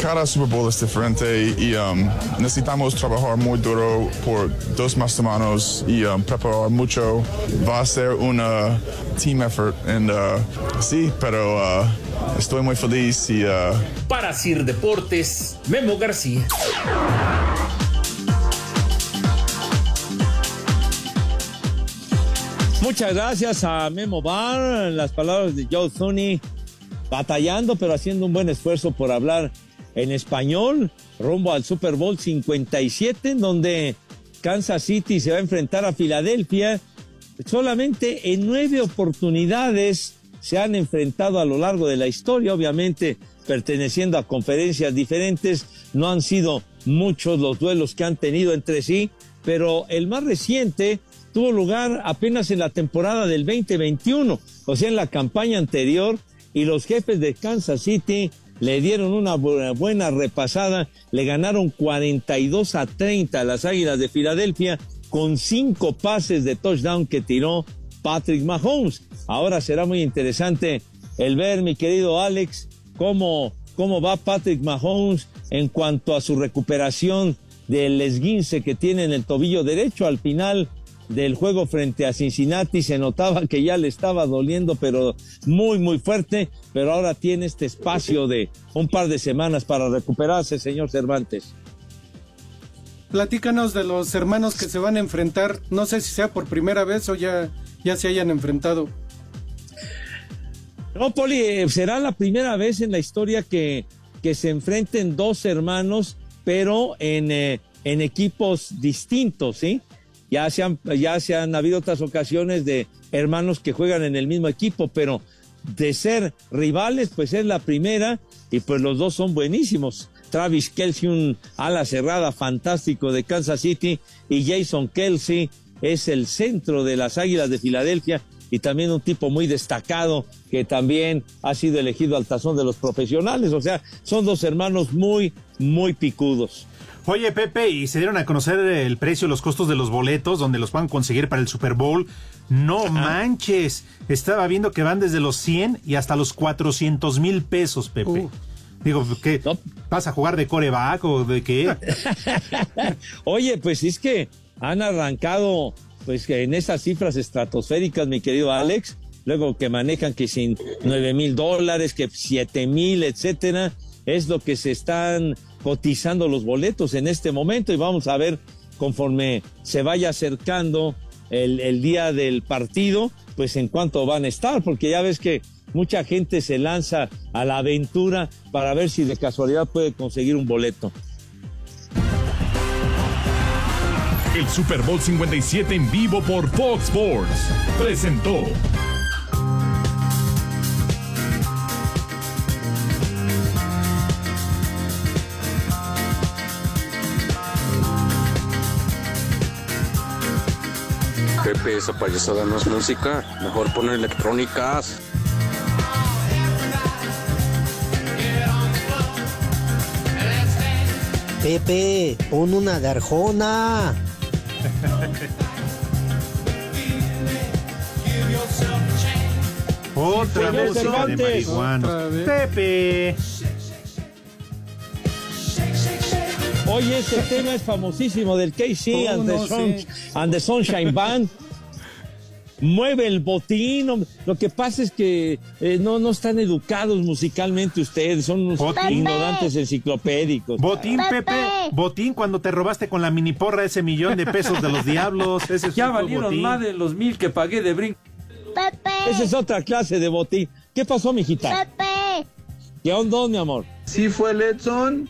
S25: Cada Super Bowl es diferente y um, necesitamos trabajar muy duro por dos más semanas y um, preparar mucho. Va a ser un uh, team effort. And, uh, sí, pero uh, estoy muy feliz y uh,
S26: Para Sir Deportes, Memo García.
S23: Muchas gracias a Memo Bar, las palabras de Joe Zuni, batallando pero haciendo un buen esfuerzo por hablar en español, rumbo al Super Bowl 57, en donde Kansas City se va a enfrentar a Filadelfia. Solamente en nueve oportunidades se han enfrentado a lo largo de la historia, obviamente perteneciendo a conferencias diferentes, no han sido muchos los duelos que han tenido entre sí, pero el más reciente tuvo lugar apenas en la temporada del 2021, o sea, en la campaña anterior, y los jefes de Kansas City le dieron una bu- buena repasada, le ganaron 42 a 30 a las Águilas de Filadelfia con cinco pases de touchdown que tiró Patrick Mahomes. Ahora será muy interesante el ver, mi querido Alex, cómo, cómo va Patrick Mahomes en cuanto a su recuperación del esguince que tiene en el tobillo derecho. Al final del juego frente a Cincinnati se notaba que ya le estaba doliendo, pero muy, muy fuerte. Pero ahora tiene este espacio de un par de semanas para recuperarse, señor Cervantes.
S6: Platícanos de los hermanos que se van a enfrentar. No sé si sea por primera vez o ya, ya se hayan enfrentado.
S23: No, Poli, eh, será la primera vez en la historia que, que se enfrenten dos hermanos, pero en, eh, en equipos distintos, ¿sí? Ya se, han, ya se han habido otras ocasiones de hermanos que juegan en el mismo equipo, pero de ser rivales, pues es la primera y pues los dos son buenísimos. Travis Kelsey, un ala cerrada fantástico de Kansas City, y Jason Kelsey es el centro de las Águilas de Filadelfia y también un tipo muy destacado que también ha sido elegido al tazón de los profesionales. O sea, son dos hermanos muy, muy picudos.
S5: Oye, Pepe, y se dieron a conocer el precio, los costos de los boletos, donde los van a conseguir para el Super Bowl. No
S23: Ah.
S5: manches, estaba viendo que van desde los 100 y hasta los 400 mil pesos, Pepe. Digo, ¿qué? ¿Vas a jugar de coreback o
S23: [LAUGHS]
S5: de qué?
S23: Oye, pues es que han arrancado pues que en esas cifras estratosféricas, mi querido Alex, luego que manejan que sin 9 mil dólares, que 7 mil, etcétera, es lo que se están cotizando los boletos en este momento y vamos a ver conforme se vaya acercando el, el día del partido, pues en cuánto van a estar, porque ya ves que mucha gente se lanza a la aventura para ver si de casualidad puede conseguir un boleto.
S24: el Super Bowl 57 en vivo por Fox Sports. Presentó
S1: Pepe, esa payasada no es música. Mejor poner electrónicas.
S4: Pepe, pon una garjona.
S5: Otra
S4: Señor
S5: música de
S4: Cervantes.
S5: marihuana.
S4: Otra vez.
S5: Pepe.
S23: Oye, este tema es famosísimo del KC and, the
S11: no,
S23: Sun-
S11: sí.
S23: and the Sunshine Band. Mueve el botín. hom- Lo que pasa es que eh, no, no están educados musicalmente ustedes, son unos
S5: Botín.
S23: ignorantes enciclopédicos.
S5: Botín, Pepe. Botín, cuando te robaste con la mini porra ese millón de pesos de
S23: [LAUGHS]
S5: los diablos. Ese
S23: Ya
S5: valieron más
S23: de los mil que pagué de brinco. Esa es otra clase de botín. ¿Qué pasó, mijita? Pepe. ¿Qué onda, mi amor? Sí fue el Edson.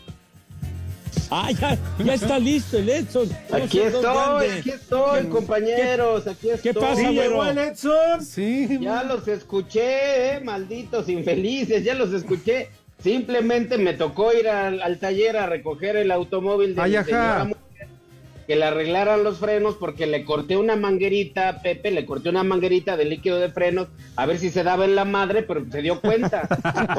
S23: Ah, ya, ya está listo el Edson.
S8: Aquí
S23: No seas
S8: estoy,
S23: grande.
S8: aquí estoy, compañeros, aquí estoy.
S23: ¿Qué pasa, Sí, güero? llegó el
S5: Edson?
S8: Sí. Ya los escuché, eh, malditos infelices, ya los escuché. Simplemente me tocó ir al, al taller a recoger el automóvil de
S5: Ay,
S8: mi
S5: ajá.
S8: señora mujer, que le arreglaran los frenos porque le corté una manguerita, a Pepe, le corté una manguerita de líquido de frenos, a ver si se daba en la madre, pero se dio
S5: [LAUGHS]
S8: cuenta,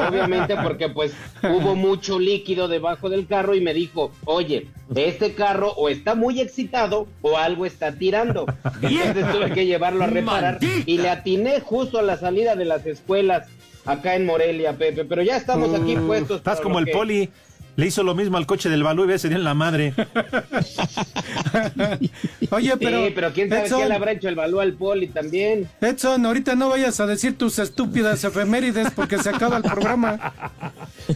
S8: obviamente porque pues hubo mucho líquido debajo del carro y me dijo, oye, este carro o está muy excitado o algo está tirando. Entonces tuve que llevarlo a reparar y le atiné justo a la salida de las escuelas acá en Morelia, Pepe, pero ya estamos aquí
S5: Uh,
S8: puestos.
S5: Estás
S8: para
S5: como
S8: lo
S5: el
S8: que-
S5: poli. Le hizo lo mismo al coche del Balú y ve, se dio en la madre.
S6: Oye, pero.
S8: Sí, pero quién sabe
S6: Edson,
S8: qué le habrá hecho el valor al poli también.
S6: Edson, ahorita no vayas a decir tus estúpidas efemérides porque se acaba el programa.
S5: [LAUGHS]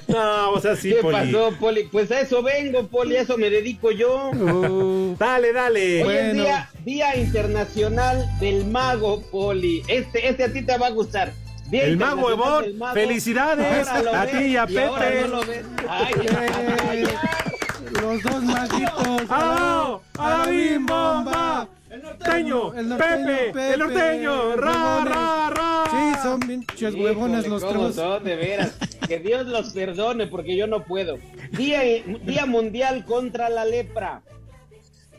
S5: No, o sea, sí,
S8: ¿Qué
S6: Poli.
S8: pasó, Poli? Pues a eso vengo, Poli, a eso me dedico yo.
S6: Uh.
S5: dale,
S8: Hoy
S5: dale.
S8: es día, Día Internacional del Mago, Poli. Este, este a ti te va a gustar. Día
S5: El Mago
S8: Internacional
S5: Ebot,
S8: del Mago.
S5: felicidades
S8: Ahora lo
S5: a
S8: ves
S5: ti y a
S8: ahora
S5: Pepe.
S8: no lo ves. Ay, ay, ay, ay.
S6: Los dos malditos.
S5: ¡Aló! ¡A la bimbomba!
S6: El
S5: norteño, Pepe, el norteño, ra,
S6: ra, ra. Sí, son pinches
S8: Híjole,
S6: huevones los
S8: ¿cómo
S6: tres.
S8: son, de veras. Que Dios los perdone porque yo no puedo. Día, día Mundial contra la Lepra.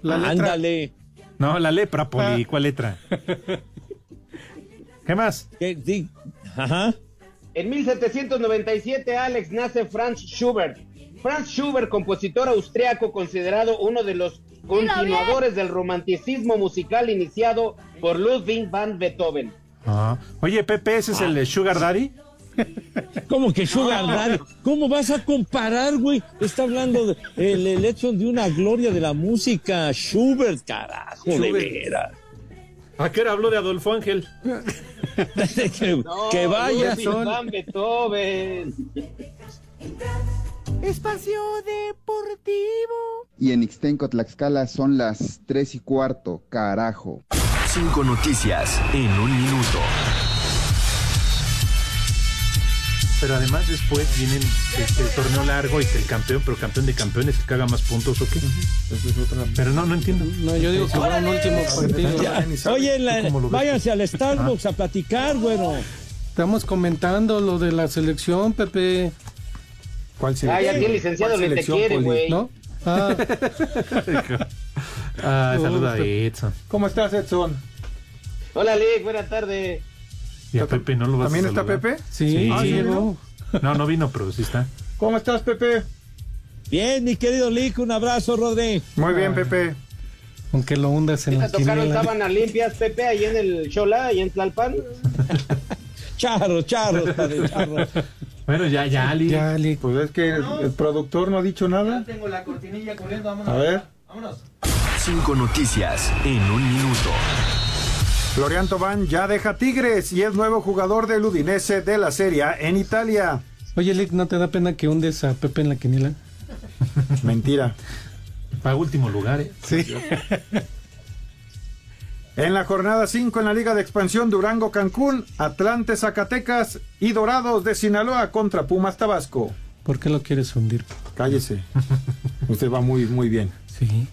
S23: Ándale.
S5: No, la lepra, Poli.
S8: Ah.
S5: ¿Cuál letra? ¿Qué más?
S23: Ajá.
S8: En 1797, Alex, nace Franz Schubert. Franz Schubert, compositor austriaco considerado uno de los continuadores del romanticismo musical iniciado por Ludwig van Beethoven.
S5: Ah, Oye, Pepe, ¿ese es
S8: Ah.
S5: el de Sugar Daddy?
S23: ¿Cómo que Sugar Daddy? ¿Cómo vas a comparar, güey? Está hablando de, el, el Edson de una gloria de la música. Schubert, carajo, de
S5: Schubert.
S23: veras.
S5: ¿A qué hora habló de Adolfo Ángel?
S23: que, que vaya.
S8: Ludwig van Beethoven.
S1: Espacio Deportivo.
S31: Y en Ixtenco, Tlaxcala, son las 3 y cuarto, carajo.
S32: Cinco noticias en un minuto.
S5: Pero además después vienen este, el torneo largo y que el campeón, pero campeón de campeones, el que haga más puntos o qué. Pero no, no entiendo. No,
S6: yo digo que va un último partido.
S23: Oye, en la- váyanse al Starbucks
S5: Ah.
S23: a platicar, bueno.
S6: Estamos comentando lo de la selección, Pepe.
S5: ¿Cuál
S8: Ah, ya tiene licenciado, le te quiere, güey.
S6: ¿No? Ah,
S5: Ah, saluda a Edson.
S1: ¿Cómo estás, Edson?
S8: Hola, Lick, buena tarde.
S5: Y a Pepe no lo vas a
S1: ¿También está
S5: saludar?
S1: Pepe?
S5: Sí.
S1: Ah, ¿sí llegó?
S5: No, no vino, pero sí está.
S1: ¿Cómo estás, Pepe?
S23: Bien, mi querido Lick, un abrazo, Rodri.
S1: Muy bien, Pepe.
S6: Aunque lo hundas en
S8: ¿Ya
S6: la
S8: tocaron
S6: quiniela.
S8: sábanas limpias, Pepe, ahí en el Chola, ahí en Tlalpan?
S23: Charro,
S1: [LAUGHS]
S23: charro, padre, charro.
S1: Bueno, ya, ya, Ali. Pues es que el, el productor no ha dicho nada.
S8: Tengo la cortinilla corriendo,
S1: A ver.
S8: vámonos.
S32: Cinco noticias en un minuto.
S1: Florian Tobán ya deja Tigres y es nuevo jugador del Udinese de la Serie A en Italia.
S6: Oye, Lick, ¿no te da pena que hundes a Pepe en la quiniela?
S1: [LAUGHS] Mentira.
S5: Para último lugar, ¿eh?
S1: Sí. [LAUGHS] En la jornada 5 en la Liga de Expansión Durango Cancún, Atlante Zacatecas y Dorados de Sinaloa contra Pumas Tabasco.
S6: ¿Por qué lo quieres hundir?
S1: Cállese. Usted va muy, muy bien.
S6: Sí.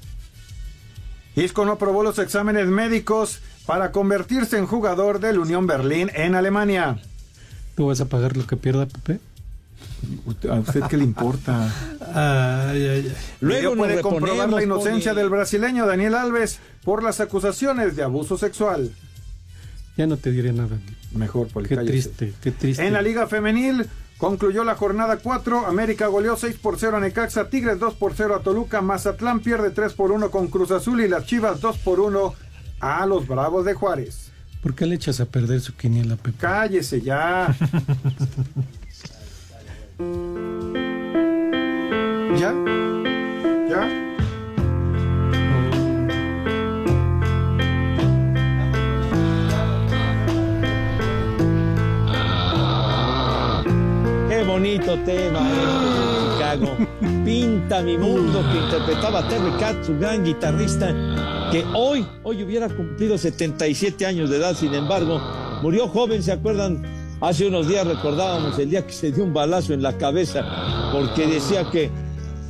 S1: Isco no aprobó los exámenes médicos para convertirse en jugador del Unión Berlín en Alemania.
S6: ¿Tú vas a pagar lo que pierda, Pepe?
S1: ¿A usted qué le importa? Luego
S6: Luego nos
S1: puede comprobar
S6: reponemos,
S1: la inocencia
S6: Poli.
S1: del brasileño Daniel Alves por las acusaciones de abuso sexual.
S6: Ya no te diré nada.
S1: Mejor, Poli.
S6: Qué
S1: cállese.
S6: triste, qué triste.
S1: En la Liga Femenil concluyó la jornada 4. América goleó 6 por 0 a Necaxa, Tigres 2 por 0 a Toluca, Mazatlán pierde 3 por 1 con Cruz Azul y las Chivas 2 por 1 a los Bravos de Juárez.
S6: ¿Por qué le echas a perder su quiniela, Pepe?
S1: Cállese ya. [LAUGHS] ¿Ya? ¿Ya?
S23: bonito tema este de Chicago. Pinta mi mundo que interpretaba Terry Katz, su gran guitarrista, que hoy, hoy hubiera cumplido 77 años de edad, sin embargo, murió joven, ¿se acuerdan? Hace unos días recordábamos el día que se dio un balazo en la cabeza porque decía que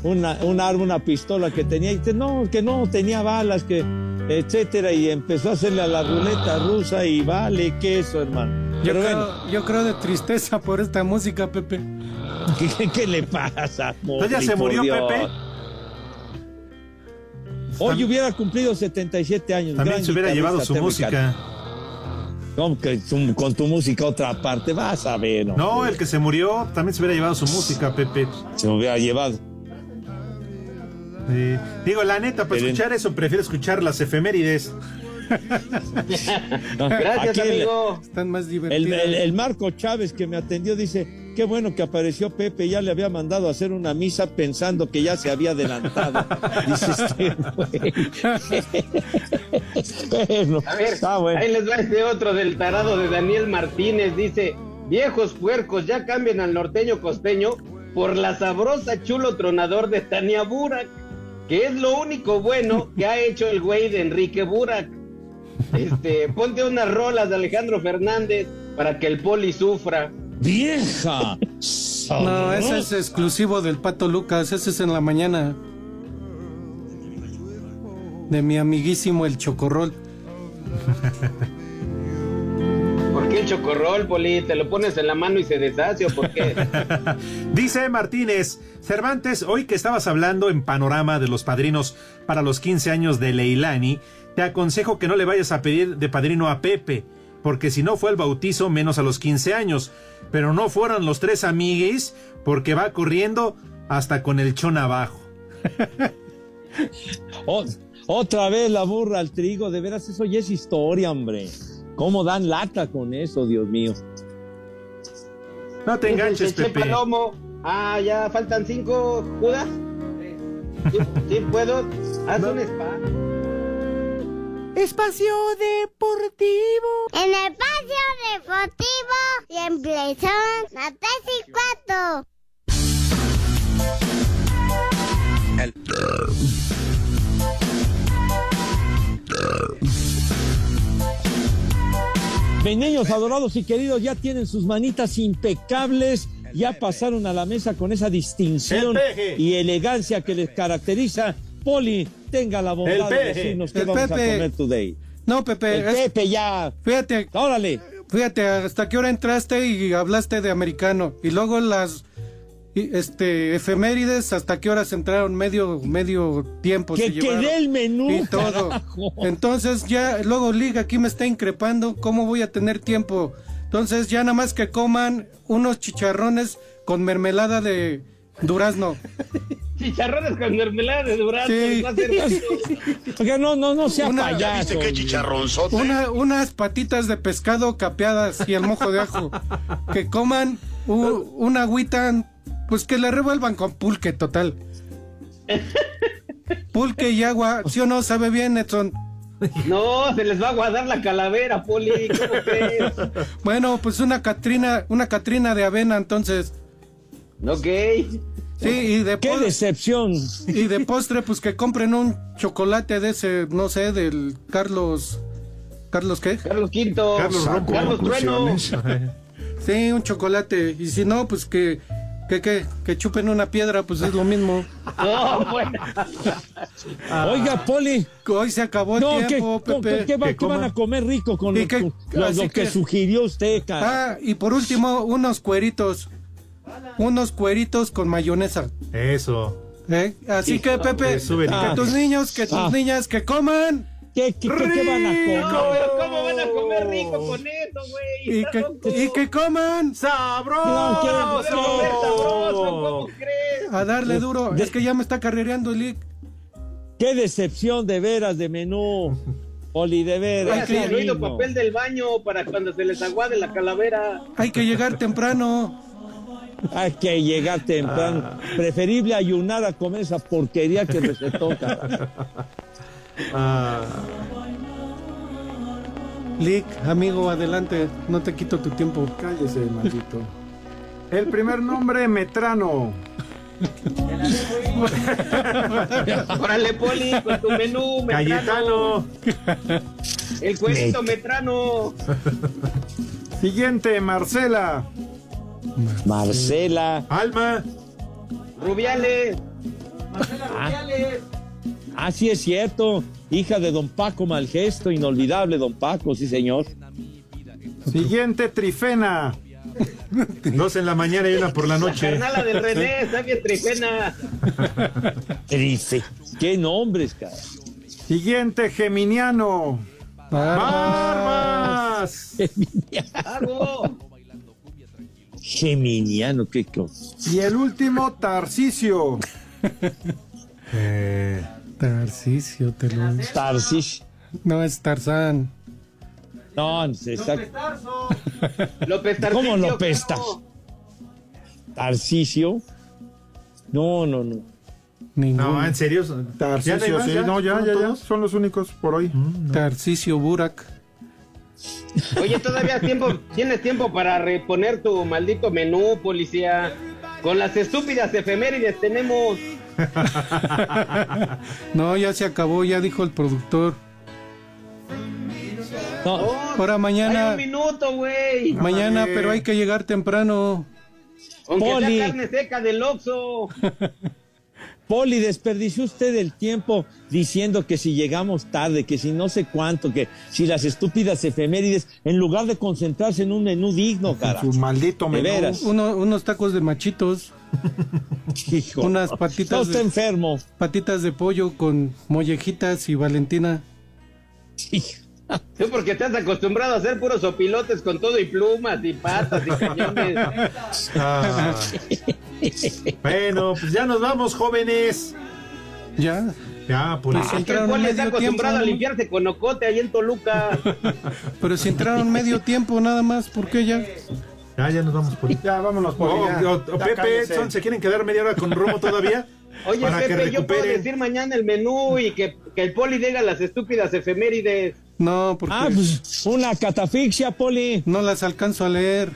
S23: una, un arma, una pistola que tenía, y dice, no, que no, tenía balas, que etcétera, y empezó a hacerle a la ruleta rusa y vale queso, hermano.
S6: Yo
S23: Pero
S6: creo,
S23: bueno,
S6: yo creo de tristeza por esta música, Pepe.
S23: [LAUGHS] ¿qué, qué le pasa?
S6: Entonces, ¿ya
S23: Mowgli,
S6: se
S23: por
S6: murió
S23: Dios?
S6: Pepe?
S23: Hoy hubiera cumplido 77 años.
S5: También
S23: gran
S5: se hubiera
S23: guitarrista,
S5: llevado su
S23: Terry
S5: música.
S23: Cat. ¿Cómo que su- con tu música a otra parte? Vas a ver. hombre.
S5: No, el que se murió también se hubiera llevado su música, Pepe.
S23: Se hubiera llevado.
S5: digo, la neta, para escuchar eso prefiero escuchar las
S23: [LAUGHS]
S5: efemérides.
S23: Aquí el-
S6: Están más
S23: El,
S6: divertidos.
S23: el- el Marco Chávez que me atendió dice, qué bueno que apareció Pepe, ya le había mandado a hacer una misa pensando que ya se había adelantado. [LAUGHS] dice este güey.
S6: [LAUGHS]
S23: bueno,
S8: A ver,
S23: está bueno.
S8: ahí les va este otro del tarado de Daniel Martínez. Dice, viejos puercos, ya cambien al norteño costeño por la sabrosa chulo tronador de Tania Burak, que es lo único bueno que ha hecho el güey de Enrique Burak. Este, ponte unas rolas de Alejandro Fernández para que el poli sufra.
S23: ¡Vieja!
S6: No, ese es exclusivo del Pato Lucas, ese es en la mañana. De mi amiguísimo el Chocorrol.
S8: ¿Por qué el chocorrol, poli? ¿Te lo pones en la mano y se deshace o por qué?
S5: Dice Martínez, Cervantes, hoy que estabas hablando en panorama de los padrinos para los 15 años de Leilani, te aconsejo que no le vayas a pedir de padrino a Pepe, porque si no fue el bautizo menos a los 15 años, pero no fueron los tres amiguis, porque va corriendo hasta con el chón abajo.
S9: Oh,
S23: O- otra vez la burra al trigo, de veras, eso ya es historia, hombre. ¿Cómo dan lata con eso, Dios mío?
S5: No te enganches,
S8: Che
S23: Pepe.
S8: Palomo. Ah, ya faltan cinco, Judas. Sí, sí puedo. Haz un spa.
S2: Espacio Deportivo. En Espacio Deportivo siempre son las 3 y 4.
S23: Mis niños adorados y queridos ya tienen sus manitas impecables, ya pasaron a la mesa con esa distinción
S5: El peje.
S23: y elegancia que les caracteriza. Poli, tenga la bondad de
S6: peje.
S23: decirnos qué
S6: El
S23: vamos
S6: Pepe.
S23: a comer today.
S6: No, Pepe.
S23: El
S6: Pepe
S23: ya.
S6: Fíjate.
S23: Órale.
S6: Fíjate, hasta qué hora entraste y hablaste de americano. Y luego las y, este efemérides, hasta qué horas entraron medio menú. tiempo.
S23: Que
S6: se llevaron.
S23: quedé el menú,
S6: Y todo.
S23: carajo.
S6: Entonces ya, luego Liga aquí me está increpando, ¿cómo voy a tener tiempo? Entonces ya nada más que coman unos chicharrones con mermelada de durazno.
S8: Chicharrones con mermelada de durazno.
S6: Sí.
S8: va a
S6: [LAUGHS]
S8: ser rico.
S23: Porque no, no, no sea
S6: Una-
S23: payaso.
S6: Una- unas patitas de pescado capeadas y el mojo de ajo. que coman u- una agüita, pues que la revuelvan con pulque total. Pulque y agua, ¿sí o no? ¿Sabe bien, Edson?
S8: No, se les va a guardar la calavera, Poli. ¿Cómo crees?
S6: Bueno, pues una Catrina, una Catrina de avena, entonces.
S8: Ok.
S6: Sí, y de
S23: ¡Qué decepción!
S6: Y de postre, pues que compren un chocolate de ese, no sé, del Carlos. ¿Carlos qué?
S8: Carlos Quinto.
S9: Carlos Rocco. oh, Carlos Trueno. Conclusiones.
S6: Sí, un chocolate. Y si no, pues que. Que, que, que chupen una piedra, pues es lo mismo.
S8: [LAUGHS] No, bueno.
S23: Ah. Oiga, Poli.
S6: Hoy se acabó el
S23: No, ¿qué-
S6: tiempo,
S23: con-
S6: Pepe.
S23: qué va- Que qué van coman. a comer rico con
S6: Y
S23: lo- con lo-
S6: así
S23: lo que sugirió usted, cara?
S6: Ah, y por último, unos cueritos. Unos cueritos con mayonesa.
S9: [LAUGHS]
S5: Eso.
S6: ¿eh? Así que, Pepe,
S5: sube,
S6: que
S5: ah.
S6: tus niños, que tus
S5: Ah.
S6: niñas, que coman.
S23: ¿Qué,
S8: No, pero ¿cómo van a comer
S2: Oh.
S8: rico con eso, güey?
S6: Y
S8: Estás
S6: que,
S8: loco.
S6: y que coman
S5: sabroso.
S8: No, ¿qué- Vamos a qué? comer sabroso, ¿cómo crees?
S6: A darle duro. Es que ya me está carrereando el lic.
S23: ¡Qué decepción de veras de menú! Poli, de veras.
S8: Hubieras incluido papel del baño para cuando se les aguade la calavera.
S6: Hay que llegar temprano. Ah.
S23: Hay que llegar temprano. Preferible ayunar a comer esa porquería que recetó,
S6: [LAUGHS]
S23: cara.
S6: Ah. Lick, amigo, adelante. No te quito tu tiempo.
S9: Cállese, maldito. El primer nombre, Metrano.
S8: Órale, Poli, con tu menú,
S9: Cayetano.
S8: Metrano. El cuento, Metrano.
S9: Siguiente, Marcela.
S23: Marcela.
S9: Alma.
S8: Rubiales.
S23: Ah, sí es cierto. Hija de don Paco Malgesto, inolvidable don Paco, sí señor.
S9: Siguiente,
S6: [LAUGHS]
S9: Trifena.
S5: Dos en la mañana y una por la
S8: La
S5: noche.
S8: carnala del René, está bien trifena.
S23: Trife. Qué nombres, cara.
S9: Siguiente, Geminiano. Barbas.
S8: Hago.
S23: Geminiano, qué cosa.
S9: Y el último, Tarcisio.
S6: Eh, Tarcisio, te lo digo.
S23: Tarsis.
S6: No es Tarzán.
S23: No, se está.
S8: López
S23: ¿Cómo
S8: Tarcisio,
S23: López Tar-
S8: claro.
S23: Tarcisio? No, no, no.
S5: No, en serio.
S9: Tarcisio,
S5: ¿Ya no hay más,
S9: sí.
S5: ya?
S9: No, ya,
S5: ¿Son
S9: ya, ya.
S5: todos? Mm,
S9: Son los únicos por hoy.
S6: Tarcisio Burak.
S8: Oye, todavía tiempo, tienes tiempo para reponer tu maldito menú, policía. Con las estúpidas efemérides tenemos.
S6: [LAUGHS] No, ya se acabó, ya dijo el productor. Ahora
S8: Oh,
S6: mañana,
S8: Hay un minuto, güey.
S6: mañana, pero hay que llegar temprano.
S8: Aunque
S23: Poli.
S8: sea carne seca del Oxxo.
S23: Poli, desperdició usted el tiempo diciendo que si llegamos tarde, que si no sé cuánto, que si las estúpidas efemérides, en lugar de concentrarse en un menú digno, cara.
S9: Su maldito
S23: De
S9: menú.
S23: veras.
S6: Uno- unos tacos de machitos,
S23: [LAUGHS] Hijo.
S6: unas
S23: No,
S6: patitas
S23: está
S6: de,
S23: enfermo.
S6: patitas de pollo con mollejitas y Valentina.
S8: Tú porque estás acostumbrado a hacer puros opilotes con todo y plumas y patas y cañones.
S5: Ah. Bueno, pues ya nos vamos, jóvenes.
S6: Ya.
S5: Ya, por
S6: Pues
S8: Que
S6: entraron
S8: el Poli
S6: medio
S8: está acostumbrado
S6: tiempo,
S8: a
S6: ¿no?
S8: limpiarse con ocote ahí en Toluca.
S6: Pero si entraron medio tiempo nada más, ¿por qué ya?
S5: Ya, [LAUGHS] ya nos vamos por
S9: Ya, vámonos, Poli,
S5: Oh,
S9: ya.
S5: oh, oh,
S9: Ya
S5: Pepe,
S9: cálmese.
S5: Edson, ¿se quieren quedar media hora con Romo todavía?
S8: [LAUGHS] Oye,
S5: Para que
S8: Pepe, yo puedo
S5: recuperen.
S8: decir mañana el menú y que, que el Poli diga las estúpidas efemérides.
S6: No, porque
S23: Ah, pues una catafixia, Poli.
S6: no las alcanzo
S23: [LAUGHS]
S6: a leer.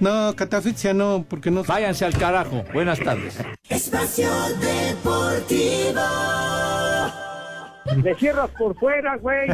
S6: No, catafixia no, porque no.
S3: Váyanse al carajo. Buenas tardes.
S7: Espacio Deportivo.
S10: Le cierras por fuera, güey.